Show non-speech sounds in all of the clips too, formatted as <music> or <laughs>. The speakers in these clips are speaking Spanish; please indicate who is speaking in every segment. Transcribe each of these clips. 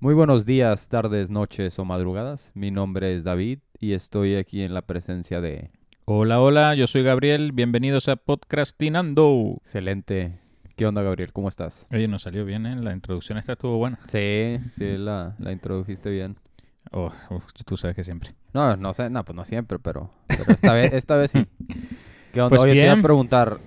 Speaker 1: Muy buenos días, tardes, noches o madrugadas. Mi nombre es David y estoy aquí en la presencia de...
Speaker 2: Hola, hola, yo soy Gabriel, bienvenidos a Podcastinando.
Speaker 1: Excelente. ¿Qué onda, Gabriel? ¿Cómo estás?
Speaker 2: Oye, nos salió bien, ¿eh? La introducción esta estuvo buena.
Speaker 1: Sí, sí, la, la introdujiste bien.
Speaker 2: Oh, uf, tú sabes que siempre.
Speaker 1: No, no sé, no, pues no siempre, pero, pero esta, vez, esta vez sí. ¿Qué onda?
Speaker 2: Pues
Speaker 1: Oye, te iba a
Speaker 2: bien.
Speaker 1: preguntar,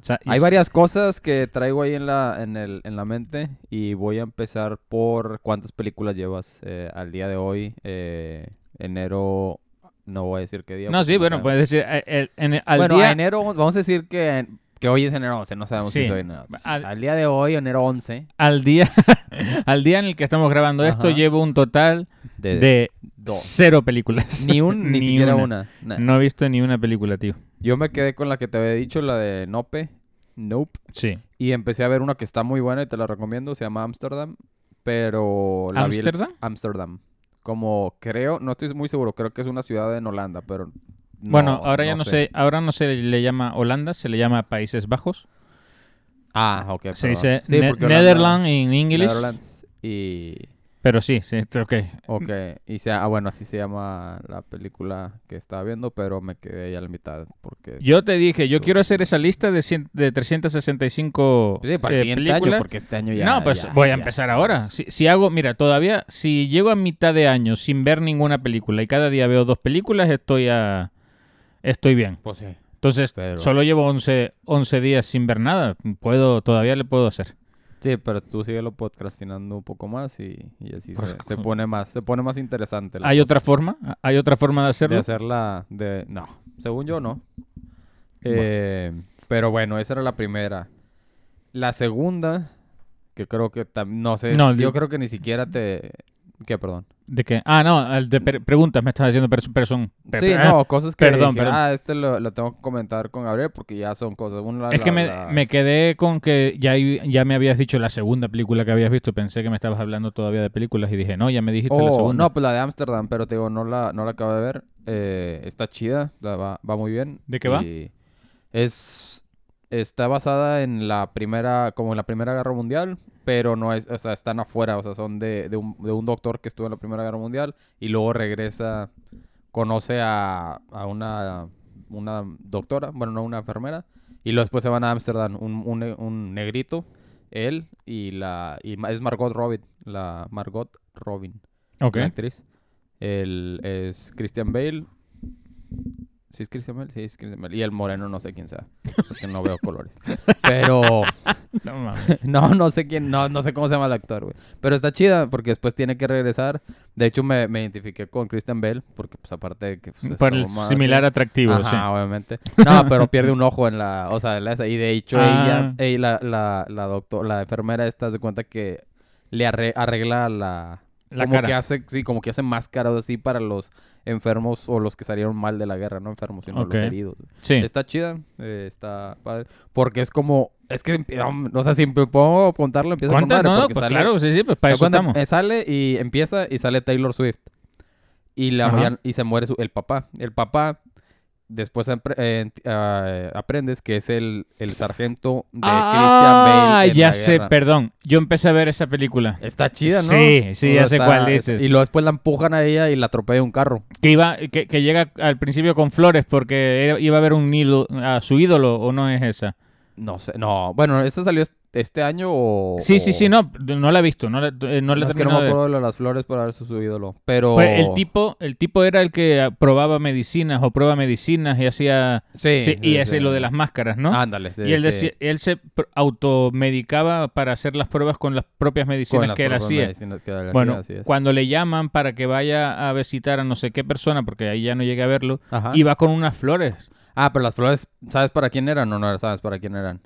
Speaker 2: O sea, y-
Speaker 1: Hay varias cosas que traigo ahí en la, en, el, en la mente y voy a empezar por cuántas películas llevas eh, al día de hoy, eh, enero, no voy a decir qué día.
Speaker 2: No,
Speaker 1: porque
Speaker 2: sí, bueno,
Speaker 1: sabemos.
Speaker 2: puedes decir, eh, el- en el- al
Speaker 1: Bueno, a
Speaker 2: día...
Speaker 1: enero, vamos a decir que, que hoy es enero 11, no sabemos si
Speaker 2: Sí.
Speaker 1: es hoy enero 11. Al...
Speaker 2: Al-
Speaker 1: día de hoy, enero 11,
Speaker 2: Al día, <laughs> al día en el que estamos grabando esto,
Speaker 1: Ajá.
Speaker 2: llevo un total
Speaker 1: de,
Speaker 2: de <laughs>
Speaker 1: dos.
Speaker 2: cero películas.
Speaker 1: Ni
Speaker 2: <laughs>
Speaker 1: un, ni, siquiera
Speaker 2: una.
Speaker 1: una. Nah.
Speaker 2: No he visto ni una película, tío.
Speaker 1: Yo me quedé con la que te había dicho, la de Nope, Nope.
Speaker 2: Sí.
Speaker 1: Y empecé a ver una que está muy buena y te la recomiendo, se llama Amsterdam, pero la vi el-
Speaker 2: ¿Ámsterdam?
Speaker 1: Ámsterdam. Como creo, no estoy muy seguro, creo que es una ciudad en Holanda, pero. no-
Speaker 2: bueno, ahora ya no sé. ahora no se le llama Holanda, se le llama Países Bajos.
Speaker 1: Ah, ok.
Speaker 2: Se
Speaker 1: perdón.
Speaker 2: dice
Speaker 1: Sí,
Speaker 2: Ne-
Speaker 1: porque Holanda-
Speaker 2: Netherlands en inglés.
Speaker 1: Netherlands y.
Speaker 2: Pero sí, sí, está ok. <laughs>
Speaker 1: Ok, y sea, ah, bueno, así se llama la película que estaba viendo, pero me quedé ahí a la mitad porque.
Speaker 2: Yo te dije, yo quiero hacer esa lista de, cien- de 365
Speaker 1: pues, Sí, para
Speaker 2: eh,
Speaker 1: el siguiente año,
Speaker 2: películas.
Speaker 1: porque este año ya.
Speaker 2: no, pues
Speaker 1: ya-
Speaker 2: voy a
Speaker 1: ya.
Speaker 2: empezar ahora. Si, si hago, mira, todavía, si llego a mitad de año sin ver ninguna película y cada día veo dos películas, estoy a, estoy bien.
Speaker 1: Pues sí.
Speaker 2: Entonces,
Speaker 1: Pero-
Speaker 2: solo llevo 11, 11 días sin ver nada. Puedo, todavía le puedo hacer.
Speaker 1: Sí, pero tú síguelo podcastinando un poco más y, y así se,
Speaker 2: Pues,
Speaker 1: se pone más, se pone más interesante. la
Speaker 2: ¿Hay otra forma? ¿Hay otra forma de hacerlo?
Speaker 1: De hacerla de... No, según yo no. Eh, Pero bueno, esa era la primera. La segunda, que creo que también... No sé,
Speaker 2: No,
Speaker 1: yo
Speaker 2: di-
Speaker 1: creo que ni siquiera te... ¿Qué, perdón?
Speaker 2: ¿De qué? Ah, no, el de per- preguntas me estás haciendo perso- person- per-
Speaker 1: Sí,
Speaker 2: eh,
Speaker 1: no, cosas que
Speaker 2: perdón,
Speaker 1: dije,
Speaker 2: perdón.
Speaker 1: ah, este lo, lo tengo que comentar con Gabriel porque ya son cosas... Una,
Speaker 2: Es
Speaker 1: la-
Speaker 2: que me,
Speaker 1: las-
Speaker 2: me quedé con que ya, i- ya me habías dicho la segunda película que habías visto. Pensé que me estabas hablando todavía de películas y dije, no, ya me dijiste la
Speaker 1: Oh,
Speaker 2: segunda.
Speaker 1: no, pues la de Ámsterdam, pero te digo, no la, no la acabo de ver. Eh, está chida, la va, va muy bien.
Speaker 2: ¿De qué va?
Speaker 1: Y Es, está basada en la primera, como en la Primera Guerra Mundial, pero no es, o sea, están afuera, o sea, son de, de un, de un doctor que estuvo en la Primera Guerra Mundial y luego regresa, conoce a, a una, una doctora, bueno, no una enfermera, y luego después se van a Ámsterdam, un, un ne- un negrito, él y la, y ma- es Margot Robin, la Margot Robin
Speaker 2: Ok.
Speaker 1: la actriz. El es Christian Bale. ¿Sí es Christian Bale? Sí, es Christian Bale. Y el moreno no sé quién sea. Porque no veo
Speaker 2: <laughs>
Speaker 1: colores. Pero
Speaker 2: No
Speaker 1: <laughs>
Speaker 2: mames.
Speaker 1: no, no sé quién, no, no sé cómo se llama el actor, güey. Pero está chida porque después tiene que regresar. De hecho, me, me identifiqué con Christian Bale porque, pues, aparte de que... Pues,
Speaker 2: Por el
Speaker 1: estaba más-
Speaker 2: similar atractivo,
Speaker 1: Ajá,
Speaker 2: sí.
Speaker 1: obviamente. No, pero pierde un ojo en la, o sea, en la esa. Y de hecho,
Speaker 2: Ah.
Speaker 1: ella, ey, la, la, la doctor, la enfermera esta se cuenta que le arre- arregla la,
Speaker 2: La
Speaker 1: como
Speaker 2: cara.
Speaker 1: que hace, sí, como que hace máscaras así para los enfermos o los que salieron mal de la guerra, no enfermos, sino
Speaker 2: Ok.
Speaker 1: los heridos.
Speaker 2: Sí.
Speaker 1: Está chida, eh, está padre. Porque es como, es que, em, o sea, si me puedo contarlo, empieza con
Speaker 2: ¿Cuántas?
Speaker 1: madre,
Speaker 2: No, no,
Speaker 1: porque
Speaker 2: pues
Speaker 1: sale-
Speaker 2: claro, sí, sí, pues para
Speaker 1: Haz
Speaker 2: eso
Speaker 1: cuenta,
Speaker 2: estamos.
Speaker 1: eh, sale y empieza y sale Taylor Swift. Y, la,
Speaker 2: Ajá.
Speaker 1: y se muere su- el papá. El papá, después apre- eh, ent- ah, aprendes que es el, el sargento de Christian
Speaker 2: Ah,
Speaker 1: Bale. en
Speaker 2: ya
Speaker 1: la
Speaker 2: sé,
Speaker 1: guerra.
Speaker 2: perdón. Yo empecé a ver esa película.
Speaker 1: Está chida, ¿no?
Speaker 2: Sí, sí, ya sé cuál dices.
Speaker 1: Y luego después la empujan a ella y la atropella un carro.
Speaker 2: Que iba, que, que llega al principio con flores porque era- iba a ver un ídolo, a su ídolo, o no es esa.
Speaker 1: No sé, no. Bueno, ¿esta salió est- este año o...?
Speaker 2: Sí, sí,
Speaker 1: o-
Speaker 2: sí, no, no la he visto, no la, eh, no
Speaker 1: oh.
Speaker 2: la he
Speaker 1: No, es que no me
Speaker 2: terminado de ver.
Speaker 1: acuerdo de lo de las flores por haber su ídolo. Pero...
Speaker 2: Pues el tipo, el tipo era el que ah, probaba medicinas o prueba medicinas y hacía
Speaker 1: Sí.
Speaker 2: sí, y
Speaker 1: sí,
Speaker 2: ese
Speaker 1: sí.
Speaker 2: lo de las máscaras, ¿no?
Speaker 1: Ándale, sí,
Speaker 2: y él
Speaker 1: sí.
Speaker 2: decía- él se pr- automedicaba para hacer las pruebas con las propias
Speaker 1: Con
Speaker 2: medicinas
Speaker 1: las
Speaker 2: que él
Speaker 1: propias
Speaker 2: hacía.
Speaker 1: medicinas que él hacía,
Speaker 2: bueno,
Speaker 1: así es.
Speaker 2: cuando le llaman para que vaya a visitar a no sé qué persona, porque ahí ya no llegué a verlo,
Speaker 1: Ajá.
Speaker 2: iba con unas flores.
Speaker 1: Ah, pero las flores, ¿sabes para quién eran o no sabes para quién eran?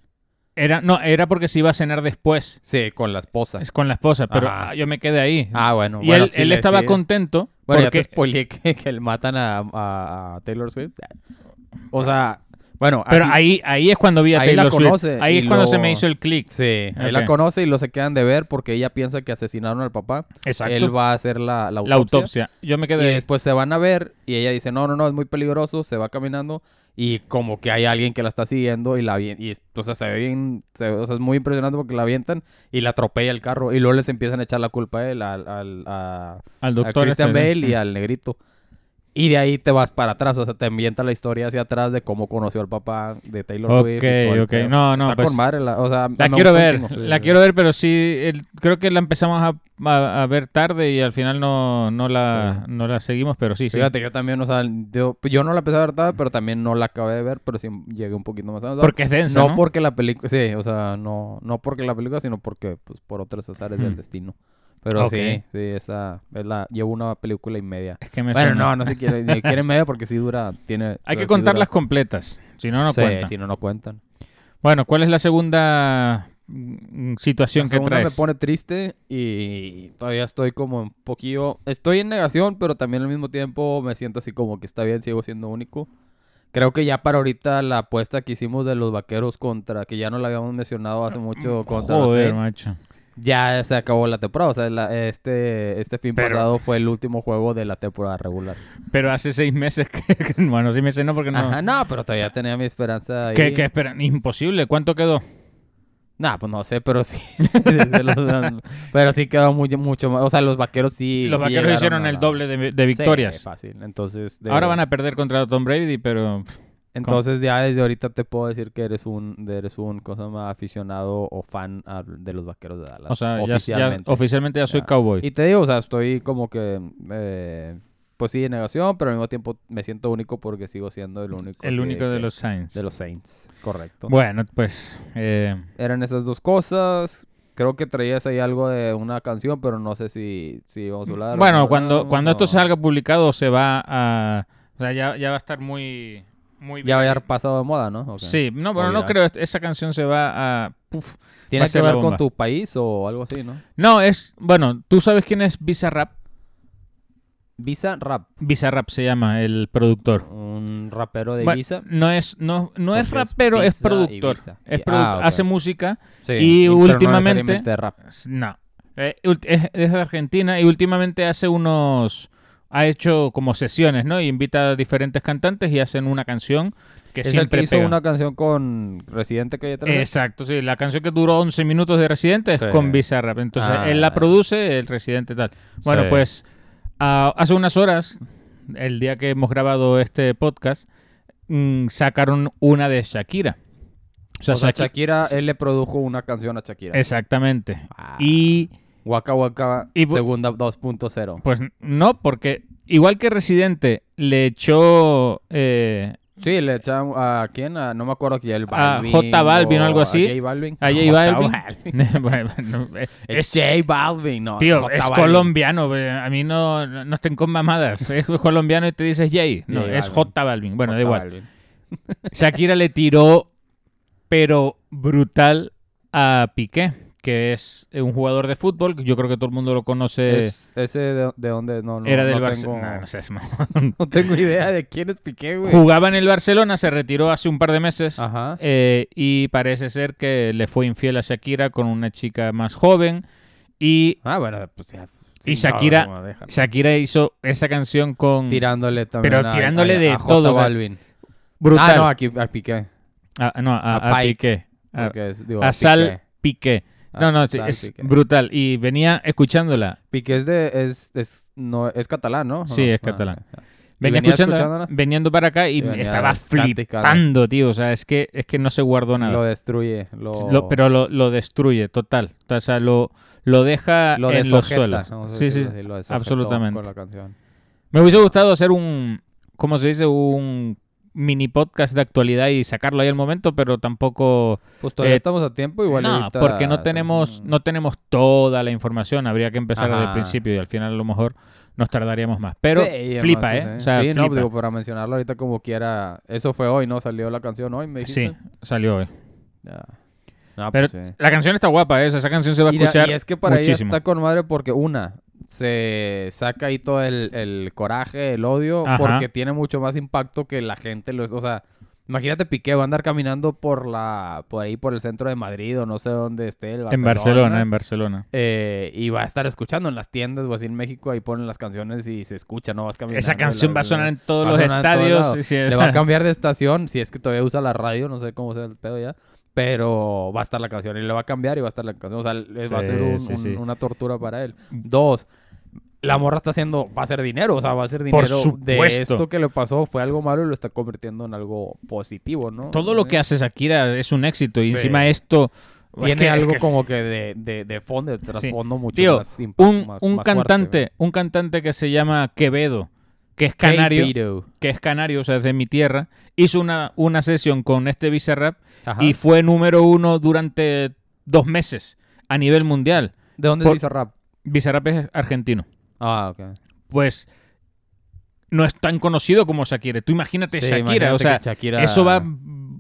Speaker 2: Era, no, era porque se iba a cenar después,
Speaker 1: Sí, con la esposa.
Speaker 2: es con la esposa, pero
Speaker 1: Ajá.
Speaker 2: ah, yo me quedé ahí.
Speaker 1: Ah, bueno.
Speaker 2: y
Speaker 1: bueno,
Speaker 2: él,
Speaker 1: sí
Speaker 2: él
Speaker 1: le-
Speaker 2: estaba
Speaker 1: sí.
Speaker 2: contento
Speaker 1: Bueno, ya
Speaker 2: porque
Speaker 1: te spoileé que, que le matan a, a- a Taylor Swift. O sea, Bueno,
Speaker 2: Pero
Speaker 1: así-
Speaker 2: ahí, ahí es cuando vi a
Speaker 1: Ahí la
Speaker 2: Taylor Swift.
Speaker 1: conoce
Speaker 2: Ahí
Speaker 1: y
Speaker 2: es cuando se
Speaker 1: luego-
Speaker 2: me hizo el click.
Speaker 1: Sí, ahí la
Speaker 2: Ok.
Speaker 1: conoce y lo se quedan de ver porque ella piensa que asesinaron al papá.
Speaker 2: Exacto.
Speaker 1: Él va a hacer la, la
Speaker 2: la
Speaker 1: autopsia.
Speaker 2: autopsia. Yo me
Speaker 1: Y
Speaker 2: quedé.
Speaker 1: después se van a ver y ella dice, no, no, no, es muy peligroso, se va caminando y como que hay alguien que la está siguiendo y la avien- y o sea, se ve bien, se- o sea, es muy impresionante porque la avientan y la atropella el carro y luego les empiezan a echar la culpa a él, al, al- a, a
Speaker 2: al doctor.
Speaker 1: Christian
Speaker 2: este,
Speaker 1: Bale
Speaker 2: ¿no?
Speaker 1: y al negrito. Y de ahí te vas para atrás, o sea, te ambienta la historia hacia atrás de cómo conoció al papá de Taylor
Speaker 2: Ok,
Speaker 1: Swift. y todo el
Speaker 2: ok.
Speaker 1: pedo.
Speaker 2: No, no,
Speaker 1: Está
Speaker 2: pues,
Speaker 1: con madre, la, o sea,
Speaker 2: La
Speaker 1: me gustó
Speaker 2: quiero
Speaker 1: un
Speaker 2: ver,
Speaker 1: chingo.
Speaker 2: la quiero ver, pero sí, el- creo que la empezamos a, a- a ver tarde y al final no, no, la, no la seguimos, pero sí, sí.
Speaker 1: Fíjate, yo también, o sea, yo, yo no la empecé a ver tarde, pero también no la acabé de ver, pero sí llegué un poquito más avanzado.
Speaker 2: Porque es densa,
Speaker 1: no,
Speaker 2: ¿no?
Speaker 1: porque la película, sí, o sea, no, no porque la película, sino porque, pues, por otras azares del
Speaker 2: Hmm.
Speaker 1: destino. Pero
Speaker 2: Ok.
Speaker 1: sí, sí, esa es la, llevo una película y media.
Speaker 2: Es que me
Speaker 1: Bueno,
Speaker 2: suena.
Speaker 1: no, no se quiere, ni quiere media porque sí dura, tiene...
Speaker 2: <laughs>
Speaker 1: sí
Speaker 2: Hay que
Speaker 1: dura-
Speaker 2: contarlas completas, si no, no
Speaker 1: Sí,
Speaker 2: cuenta.
Speaker 1: si no, no cuentan.
Speaker 2: Bueno, ¿cuál es la segunda mm, situación
Speaker 1: La
Speaker 2: que
Speaker 1: segunda me
Speaker 2: traes?
Speaker 1: pone triste y todavía estoy como un poquillo... Estoy en negación, pero también al mismo tiempo me siento así como que está bien, sigo siendo único. Creo que ya para ahorita la apuesta que hicimos de los vaqueros contra... Que ya no la habíamos mencionado hace mucho contra los
Speaker 2: Mm, Joder,
Speaker 1: Saints,
Speaker 2: macho.
Speaker 1: Ya se acabó la temporada. O sea, la- este, este fin
Speaker 2: Pero-
Speaker 1: pasado fue el último juego de la temporada regular.
Speaker 2: Pero hace seis meses que... <laughs> que- bueno, seis meses no, porque no...
Speaker 1: Ajá, no, pero todavía tenía mi esperanza ahí.
Speaker 2: ¿Qué, qué esperan? Imposible. ¿Cuánto quedó?
Speaker 1: Nah, pues no sé, pero sí. <laughs> Desde los- pero sí quedó muy, mucho más. O sea, los vaqueros sí.
Speaker 2: Los
Speaker 1: sí
Speaker 2: vaqueros
Speaker 1: llegaron
Speaker 2: hicieron
Speaker 1: a
Speaker 2: el
Speaker 1: la-
Speaker 2: doble de, de
Speaker 1: Sí,
Speaker 2: victorias.
Speaker 1: fácil. Entonces. de-
Speaker 2: Ahora van a perder contra Tom Brady, pero
Speaker 1: Entonces ya desde ahorita te puedo decir que eres un, eres un cosa más aficionado o fan a- de los vaqueros de Dallas.
Speaker 2: O sea, ya- ya-
Speaker 1: oficialmente.
Speaker 2: oficialmente ya, soy
Speaker 1: Ya.
Speaker 2: cowboy.
Speaker 1: Y te digo, o sea, estoy como que, eh, pues sí, en negación, pero al mismo tiempo me siento único porque sigo siendo el único. así
Speaker 2: el único de
Speaker 1: pues, que-
Speaker 2: los Saints.
Speaker 1: de los Saints, es correcto.
Speaker 2: Bueno, pues eh,
Speaker 1: Eran esas dos cosas. Creo que traías ahí algo de una canción, pero no sé si, si vamos a hablar.
Speaker 2: bueno,
Speaker 1: no
Speaker 2: cuando,
Speaker 1: hablamos,
Speaker 2: cuando esto
Speaker 1: o-
Speaker 2: salga publicado se va a o sea, ya, ya va a estar muy muy
Speaker 1: Ya va a
Speaker 2: viral.
Speaker 1: haber pasado de moda, ¿no? Ok.
Speaker 2: Sí, no, bueno, no
Speaker 1: viral.
Speaker 2: creo esa canción se va a puf. va a
Speaker 1: ¿Tiene que
Speaker 2: ser la
Speaker 1: ver con
Speaker 2: bomba.
Speaker 1: tu país o algo así, no?
Speaker 2: No, es bueno, ¿tú sabes quién es Bizarrap?
Speaker 1: Visa Rap.
Speaker 2: Bizarrap se llama el productor.
Speaker 1: Un rapero de
Speaker 2: Bueno,
Speaker 1: Visa.
Speaker 2: no es no, no es
Speaker 1: Porque es
Speaker 2: rapero, es,
Speaker 1: Visa y
Speaker 2: productor.
Speaker 1: Visa.
Speaker 2: Es
Speaker 1: Y- ah,
Speaker 2: productor,
Speaker 1: ok.
Speaker 2: hace música
Speaker 1: Sí,
Speaker 2: y
Speaker 1: pero no
Speaker 2: últimamente-
Speaker 1: necesariamente de rap.
Speaker 2: No. Eh, ult- es, es de Argentina y últimamente hace unos. Ha hecho como sesiones, ¿no? Y invita a diferentes cantantes y hacen una canción que
Speaker 1: Es el
Speaker 2: siempre
Speaker 1: que hizo
Speaker 2: pega.
Speaker 1: una canción con Residente Calle 13.
Speaker 2: Exacto, sí. La canción que duró 11 minutos de Residente
Speaker 1: Sí.
Speaker 2: es con Bizarrap. Entonces
Speaker 1: Ah,
Speaker 2: él la
Speaker 1: ya.
Speaker 2: produce, el Residente tal. Bueno,
Speaker 1: Sí.
Speaker 2: pues ah, hace unas horas, el día que hemos grabado este podcast, mm, sacaron una de Shakira. O sea,
Speaker 1: O sea,
Speaker 2: Shaki-
Speaker 1: Shakira, él le produjo una canción a Shakira.
Speaker 2: Exactamente.
Speaker 1: Ah.
Speaker 2: Y
Speaker 1: Waka Waka,
Speaker 2: Y bu-
Speaker 1: segunda 2.0.
Speaker 2: Pues no, porque igual que Residente le echó eh, <laughs>
Speaker 1: Sí, le echamos a quién, a- no me acuerdo quién, el
Speaker 2: A
Speaker 1: Balvin.
Speaker 2: J Balvin o algo así.
Speaker 1: A J Balvin.
Speaker 2: a J
Speaker 1: J
Speaker 2: Balvin. Bueno, no, eh,
Speaker 1: Es
Speaker 2: es,
Speaker 1: J Balvin, no.
Speaker 2: tío,
Speaker 1: J
Speaker 2: es
Speaker 1: Balvin.
Speaker 2: colombiano. eh, A mí no, no no estén con mamadas. ¿eh? Es colombiano y te dices Jay. No,
Speaker 1: J
Speaker 2: es
Speaker 1: Balvin.
Speaker 2: J Balvin. Bueno,
Speaker 1: J
Speaker 2: da igual.
Speaker 1: Balvin.
Speaker 2: Shakira le tiró, pero brutal, a Piqué, que es un jugador de fútbol. Yo creo que todo el mundo lo conoce.
Speaker 1: Es- ese de, de dónde, no, no.
Speaker 2: Era del
Speaker 1: no tengo-
Speaker 2: Barcelona. No, no seas mamón.
Speaker 1: <laughs> No tengo idea de quién es Piqué, güey.
Speaker 2: Jugaba en el Barcelona, se retiró hace un par de meses.
Speaker 1: Ajá.
Speaker 2: Eh, y parece ser que le fue infiel a Shakira con una chica más joven. Y
Speaker 1: Ah, bueno, pues ya.
Speaker 2: Y
Speaker 1: sí, no,
Speaker 2: Shakira-
Speaker 1: no, déjalo.
Speaker 2: Shakira hizo esa canción
Speaker 1: <laughs>
Speaker 2: con...
Speaker 1: Tirándole también.
Speaker 2: Pero
Speaker 1: a-
Speaker 2: tirándole
Speaker 1: a-
Speaker 2: de
Speaker 1: a J
Speaker 2: todo, o sea,
Speaker 1: Balvin.
Speaker 2: brutal.
Speaker 1: Ah, no, aquí a Piqué.
Speaker 2: A, no, a,
Speaker 1: Ah, a
Speaker 2: a
Speaker 1: Pike.
Speaker 2: Piqué. A,
Speaker 1: Porque es- digo,
Speaker 2: a Sal
Speaker 1: Piqué.
Speaker 2: Piqué.
Speaker 1: A
Speaker 2: No, no, sí,
Speaker 1: Sal
Speaker 2: es
Speaker 1: Piqué.
Speaker 2: brutal. Y venía escuchándola.
Speaker 1: Piqué es de. Es, es, no, es catalán, ¿no?
Speaker 2: Sí, es
Speaker 1: Ah,
Speaker 2: catalán.
Speaker 1: ya.
Speaker 2: Venía,
Speaker 1: venía
Speaker 2: escuchándola,
Speaker 1: escuchándola?
Speaker 2: veniendo para acá y
Speaker 1: Y venía
Speaker 2: estaba
Speaker 1: estática, ¿no?
Speaker 2: flipando, tío. O sea, es que, es que no se guardó nada.
Speaker 1: Lo destruye. Lo,
Speaker 2: Lo- pero lo, lo destruye, total. O sea, lo, lo deja
Speaker 1: lo
Speaker 2: en los
Speaker 1: desojeta,
Speaker 2: suelos.
Speaker 1: vamos a
Speaker 2: Sí, sí.
Speaker 1: decirlo así, lo desojetó
Speaker 2: absolutamente.
Speaker 1: Con la canción.
Speaker 2: Me hubiese gustado hacer un, ¿cómo se dice? Un mini podcast de actualidad y sacarlo ahí al momento, pero tampoco...
Speaker 1: Pues todavía
Speaker 2: Eh,
Speaker 1: estamos a tiempo, igual.
Speaker 2: no,
Speaker 1: ahorita
Speaker 2: porque no
Speaker 1: hacemos
Speaker 2: tenemos,
Speaker 1: un-
Speaker 2: no tenemos toda la información. Habría que empezar desde
Speaker 1: Ajá.
Speaker 2: el principio y al final a lo mejor nos tardaríamos más. Pero
Speaker 1: Sí, además,
Speaker 2: flipa,
Speaker 1: sí,
Speaker 2: ¿eh?
Speaker 1: sí.
Speaker 2: O sea,
Speaker 1: sí, no,
Speaker 2: flipa.
Speaker 1: digo, para mencionarlo ahorita como quiera. Eso fue hoy, ¿no? Salió la canción hoy, me
Speaker 2: sí,
Speaker 1: dijiste.
Speaker 2: salió hoy.
Speaker 1: Ya. No,
Speaker 2: Pero
Speaker 1: pues, sí.
Speaker 2: La canción está guapa, ¿eh? O sea, esa canción se va a
Speaker 1: Y la-
Speaker 2: escuchar
Speaker 1: y es que para
Speaker 2: muchísimo.
Speaker 1: ella está con madre porque una se saca ahí todo el, el coraje, el odio,
Speaker 2: Ajá.
Speaker 1: porque tiene mucho más impacto que la gente lo es, o sea, Imagínate Piqué va a andar caminando por la por ahí por el centro de Madrid o no sé dónde esté. el
Speaker 2: En Barcelona, en Barcelona.
Speaker 1: Eh, y va a estar escuchando en las tiendas o así en México, ahí ponen las canciones y se escucha, ¿no? Vas caminando.
Speaker 2: Esa canción va a sonar en todos
Speaker 1: va a
Speaker 2: los
Speaker 1: sonar en todos
Speaker 2: estadios.
Speaker 1: lados.
Speaker 2: sí, sí,
Speaker 1: Le
Speaker 2: esa-
Speaker 1: va a cambiar de estación, si es que todavía usa la radio, no sé cómo sea el pedo ya. Pero va a estar la canción y le va a cambiar y va a estar la canción. O sea, le- va a
Speaker 2: Sí,
Speaker 1: ser un-
Speaker 2: sí,
Speaker 1: un-
Speaker 2: sí.
Speaker 1: una tortura para él. Dos, la morra está haciendo, va a ser dinero, o sea, va a ser
Speaker 2: Por
Speaker 1: dinero de
Speaker 2: supuesto.
Speaker 1: esto que le pasó. Fue algo malo y lo está convirtiendo en algo positivo, ¿no?
Speaker 2: Todo lo que
Speaker 1: Eh,
Speaker 2: hace Shakira es un éxito. Y
Speaker 1: Sí.
Speaker 2: encima esto...
Speaker 1: tiene
Speaker 2: es que- es
Speaker 1: algo
Speaker 2: que-
Speaker 1: como que de, de, de fondo, de trasfondo mucho
Speaker 2: Tío,
Speaker 1: más impa-
Speaker 2: un,
Speaker 1: más-
Speaker 2: un
Speaker 1: más fuerte,
Speaker 2: cantante, un cantante que se llama Quevedo, que es
Speaker 1: güey.
Speaker 2: canario,
Speaker 1: Quevedo.
Speaker 2: que es canario, o sea, es de mi tierra, hizo una, una sesión con este Bizarrap
Speaker 1: Ajá.
Speaker 2: y fue número uno durante dos meses a nivel mundial.
Speaker 1: ¿De dónde
Speaker 2: por-
Speaker 1: es rap?
Speaker 2: Bizarrap es argentino.
Speaker 1: Ah, ok.
Speaker 2: Pues no es tan conocido como Shakira. Tú imagínate
Speaker 1: Sí,
Speaker 2: Shakira,
Speaker 1: imagínate
Speaker 2: o sea,
Speaker 1: que Shakira-
Speaker 2: eso va,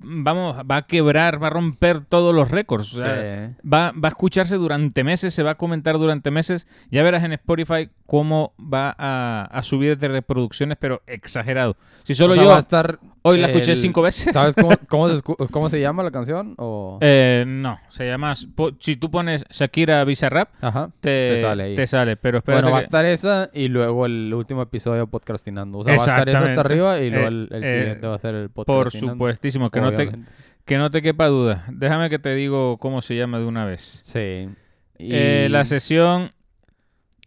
Speaker 2: vamos, va a quebrar, va a romper todos los récords. o sea,
Speaker 1: Sí.
Speaker 2: Va, va a escucharse durante meses, se va a comentar durante meses. Ya verás en Spotify cómo va a, a subir de reproducciones, pero exagerado. Si solo
Speaker 1: O sea,
Speaker 2: yo
Speaker 1: va a
Speaker 2: <laughs>
Speaker 1: estar
Speaker 2: hoy la escuché
Speaker 1: el-
Speaker 2: cinco veces.
Speaker 1: ¿Sabes cómo, cómo se, escu- cómo se llama la canción? O...
Speaker 2: Eh, no, se llama. po- Si tú pones Shakira Bizarrap,
Speaker 1: Ajá.
Speaker 2: te,
Speaker 1: se sale ahí.
Speaker 2: te sale. Pero espérate.
Speaker 1: Bueno, va a
Speaker 2: que-
Speaker 1: estar esa y luego el último episodio de podcastinando. O sea, va a estar esa hasta
Speaker 2: Exactamente.
Speaker 1: arriba y luego
Speaker 2: Eh,
Speaker 1: el, el
Speaker 2: eh,
Speaker 1: siguiente va a ser el
Speaker 2: Por
Speaker 1: podcastinando.
Speaker 2: supuestísimo, que no, te,
Speaker 1: obviamente.
Speaker 2: que no te quepa duda. Déjame que te digo cómo se llama de una vez.
Speaker 1: Sí. Y...
Speaker 2: Eh, la sesión.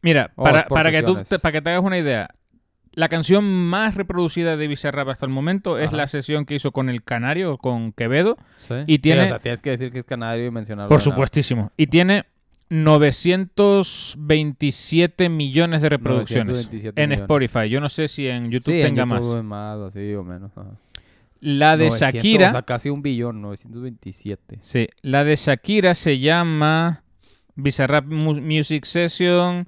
Speaker 2: Mira,
Speaker 1: Oh, es
Speaker 2: para,
Speaker 1: por
Speaker 2: para que tú
Speaker 1: sesiones.
Speaker 2: te- para que te hagas una idea, la canción más reproducida de Bizarrap hasta el momento es
Speaker 1: Ajá.
Speaker 2: la sesión que hizo con el Canario, con Quevedo.
Speaker 1: Sí.
Speaker 2: y
Speaker 1: Sí,
Speaker 2: tiene-
Speaker 1: o sea, tienes que decir que es canario y mencionarlo.
Speaker 2: Por
Speaker 1: de nada.
Speaker 2: supuestísimo. Y tiene 927 millones de reproducciones
Speaker 1: 927
Speaker 2: en
Speaker 1: millones.
Speaker 2: Spotify. Yo no sé si en YouTube
Speaker 1: Sí, en
Speaker 2: tenga
Speaker 1: YouTube
Speaker 2: más.
Speaker 1: es más, así o menos. ajá.
Speaker 2: La de
Speaker 1: 900,
Speaker 2: Shakira.
Speaker 1: O sea, casi un billón, 927.
Speaker 2: Sí, la de Shakira se llama Bizarrap Mu- Music Session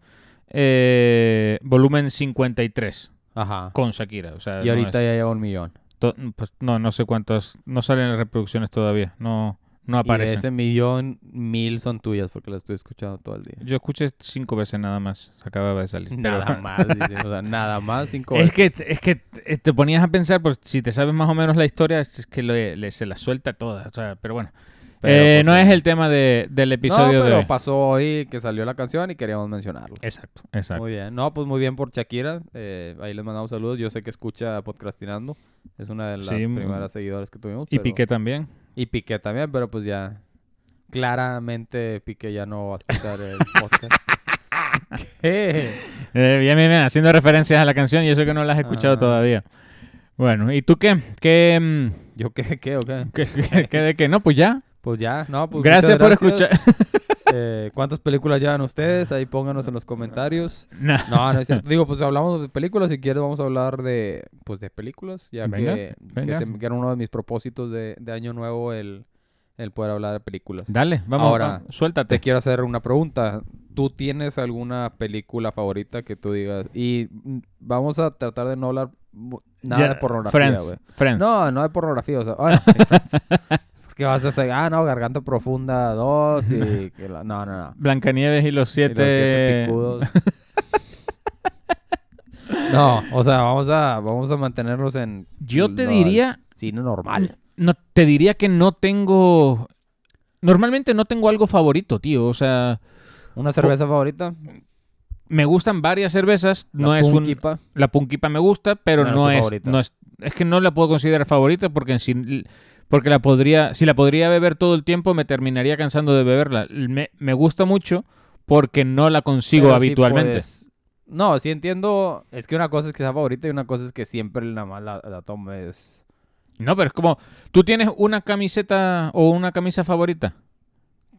Speaker 2: eh, volumen 53
Speaker 1: Ajá.
Speaker 2: con Shakira. O sea,
Speaker 1: Y
Speaker 2: no
Speaker 1: ahorita
Speaker 2: es
Speaker 1: ya lleva un millón.
Speaker 2: to- pues, no, no sé cuántas, no salen las reproducciones todavía, no, no
Speaker 1: Y de
Speaker 2: aparecen.
Speaker 1: ese millón, mil son tuyas porque las estoy escuchando todo el
Speaker 2: <laughs>
Speaker 1: día.
Speaker 2: Yo escuché cinco veces nada más, acababa de salir. pero-
Speaker 1: Nada más, dice, o sea, nada más, cinco
Speaker 2: Es
Speaker 1: veces.
Speaker 2: que, es que te te ponías a pensar, pues, si te sabes más o menos la historia, es que le, le- se la suelta toda. o sea, pero bueno,
Speaker 1: Pero,
Speaker 2: Eh,
Speaker 1: pues,
Speaker 2: no
Speaker 1: sí.
Speaker 2: es el tema de- del episodio
Speaker 1: No, pero
Speaker 2: de hoy.
Speaker 1: pasó hoy que salió la canción y queríamos mencionarlo.
Speaker 2: Exacto, exacto.
Speaker 1: Muy bien. No, pues muy bien por Shakira. Eh, ahí les mandamos saludos. Yo sé que escucha Podcastinando. Es una de las
Speaker 2: Sí, mu-
Speaker 1: primeras seguidoras que tuvimos.
Speaker 2: Y
Speaker 1: pero-
Speaker 2: Piqué también.
Speaker 1: Y Piqué también, pero pues ya... Claramente Piqué ya no va a escuchar el
Speaker 2: <laughs>
Speaker 1: podcast. ¿Qué?
Speaker 2: Eh, bien, bien, bien, haciendo referencias a la canción y eso que no la has escuchado
Speaker 1: Ah.
Speaker 2: todavía. Bueno, ¿y tú qué? ¿Qué, mm,
Speaker 1: ¿Yo qué? ¿Qué o qué?
Speaker 2: qué, <laughs> qué- qué de qué? No, pues ya.
Speaker 1: Pues ya, no, pues
Speaker 2: Gracias
Speaker 1: muchas
Speaker 2: por
Speaker 1: gracias. <laughs> Eh, ¿Cuántas películas llevan ustedes? Ahí pónganos en los comentarios.
Speaker 2: Nah.
Speaker 1: No, no es cierto. Digo, pues hablamos de películas. Si quieres, vamos a hablar de, pues, de películas. Ya
Speaker 2: Venga,
Speaker 1: que,
Speaker 2: venga.
Speaker 1: que, se- que era uno de mis propósitos de, de año nuevo el, el poder hablar de películas.
Speaker 2: Dale, vamos,
Speaker 1: Ahora,
Speaker 2: vamos, suéltate.
Speaker 1: Te quiero hacer una pregunta. ¿Tú tienes alguna película favorita que tú digas? Y mm, vamos a tratar de no hablar bu- nada
Speaker 2: Ya,
Speaker 1: de pornografía,
Speaker 2: Friends,
Speaker 1: güey.
Speaker 2: <laughs> Friends.
Speaker 1: No, no de pornografía, o sea, bueno, <laughs> sí, Friends. porque vas a hacer, ah, no, Garganta Profunda 2
Speaker 2: <laughs>
Speaker 1: y que la- no, no, no.
Speaker 2: Blancanieves y los
Speaker 1: Y los siete
Speaker 2: siete...
Speaker 1: picudos.
Speaker 2: <laughs>
Speaker 1: no, o sea, vamos a vamos a mantenerlos en
Speaker 2: Yo te
Speaker 1: no,
Speaker 2: diría-
Speaker 1: el cine normal.
Speaker 2: No, te diría que no tengo... Normalmente no tengo algo favorito, tío. O sea, Mm,
Speaker 1: ¿Una cerveza favorita?
Speaker 2: me gustan varias cervezas. no es un...
Speaker 1: Kipa.
Speaker 2: La Punkipa me gusta, pero
Speaker 1: No
Speaker 2: no,
Speaker 1: es tu
Speaker 2: es,
Speaker 1: favorita.
Speaker 2: no es. Es que no la puedo considerar favorita porque en sí- porque la podría. Si la podría beber todo el tiempo, me terminaría cansando de beberla. Me, me gusta mucho porque no la consigo habitualmente.
Speaker 1: No, sí entiendo, es que una cosa es que sea favorita y una cosa es que siempre nada más la, la tomes.
Speaker 2: No, pero es como. ¿Tú tienes una camiseta o una camisa favorita?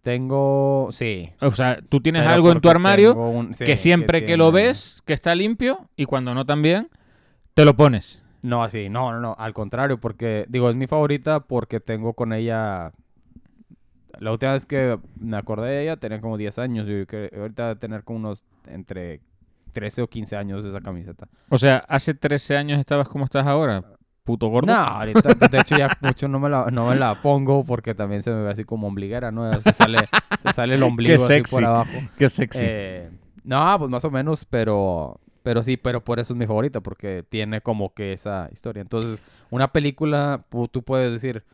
Speaker 1: Tengo, sí.
Speaker 2: O sea, tú tienes
Speaker 1: pero
Speaker 2: algo en tu
Speaker 1: porque
Speaker 2: armario
Speaker 1: tengo un- sí,
Speaker 2: que siempre que, lo
Speaker 1: tiene-
Speaker 2: ves, que está limpio y cuando no también, te lo pones.
Speaker 1: No, así, no, no, no, al contrario, porque digo, es mi favorita porque tengo con ella... La última vez que me acordé de ella tenía como 10 años y que ahorita debe tener como unos entre 13 o 15 años esa camiseta.
Speaker 2: O sea, hace 13 años estabas como estás ahora, puto gordo.
Speaker 1: No, ahorita, de hecho ya mucho no me, la, no me la pongo porque también se me ve así como ombliguera, ¿no? Se sale, se sale el ombligo así
Speaker 2: sexy.
Speaker 1: por abajo.
Speaker 2: Qué sexy.
Speaker 1: Eh, no, pues más o menos, pero Pero sí, pero por eso es mi favorita, porque tiene como que esa historia. Entonces, una película, pu- tú puedes decir,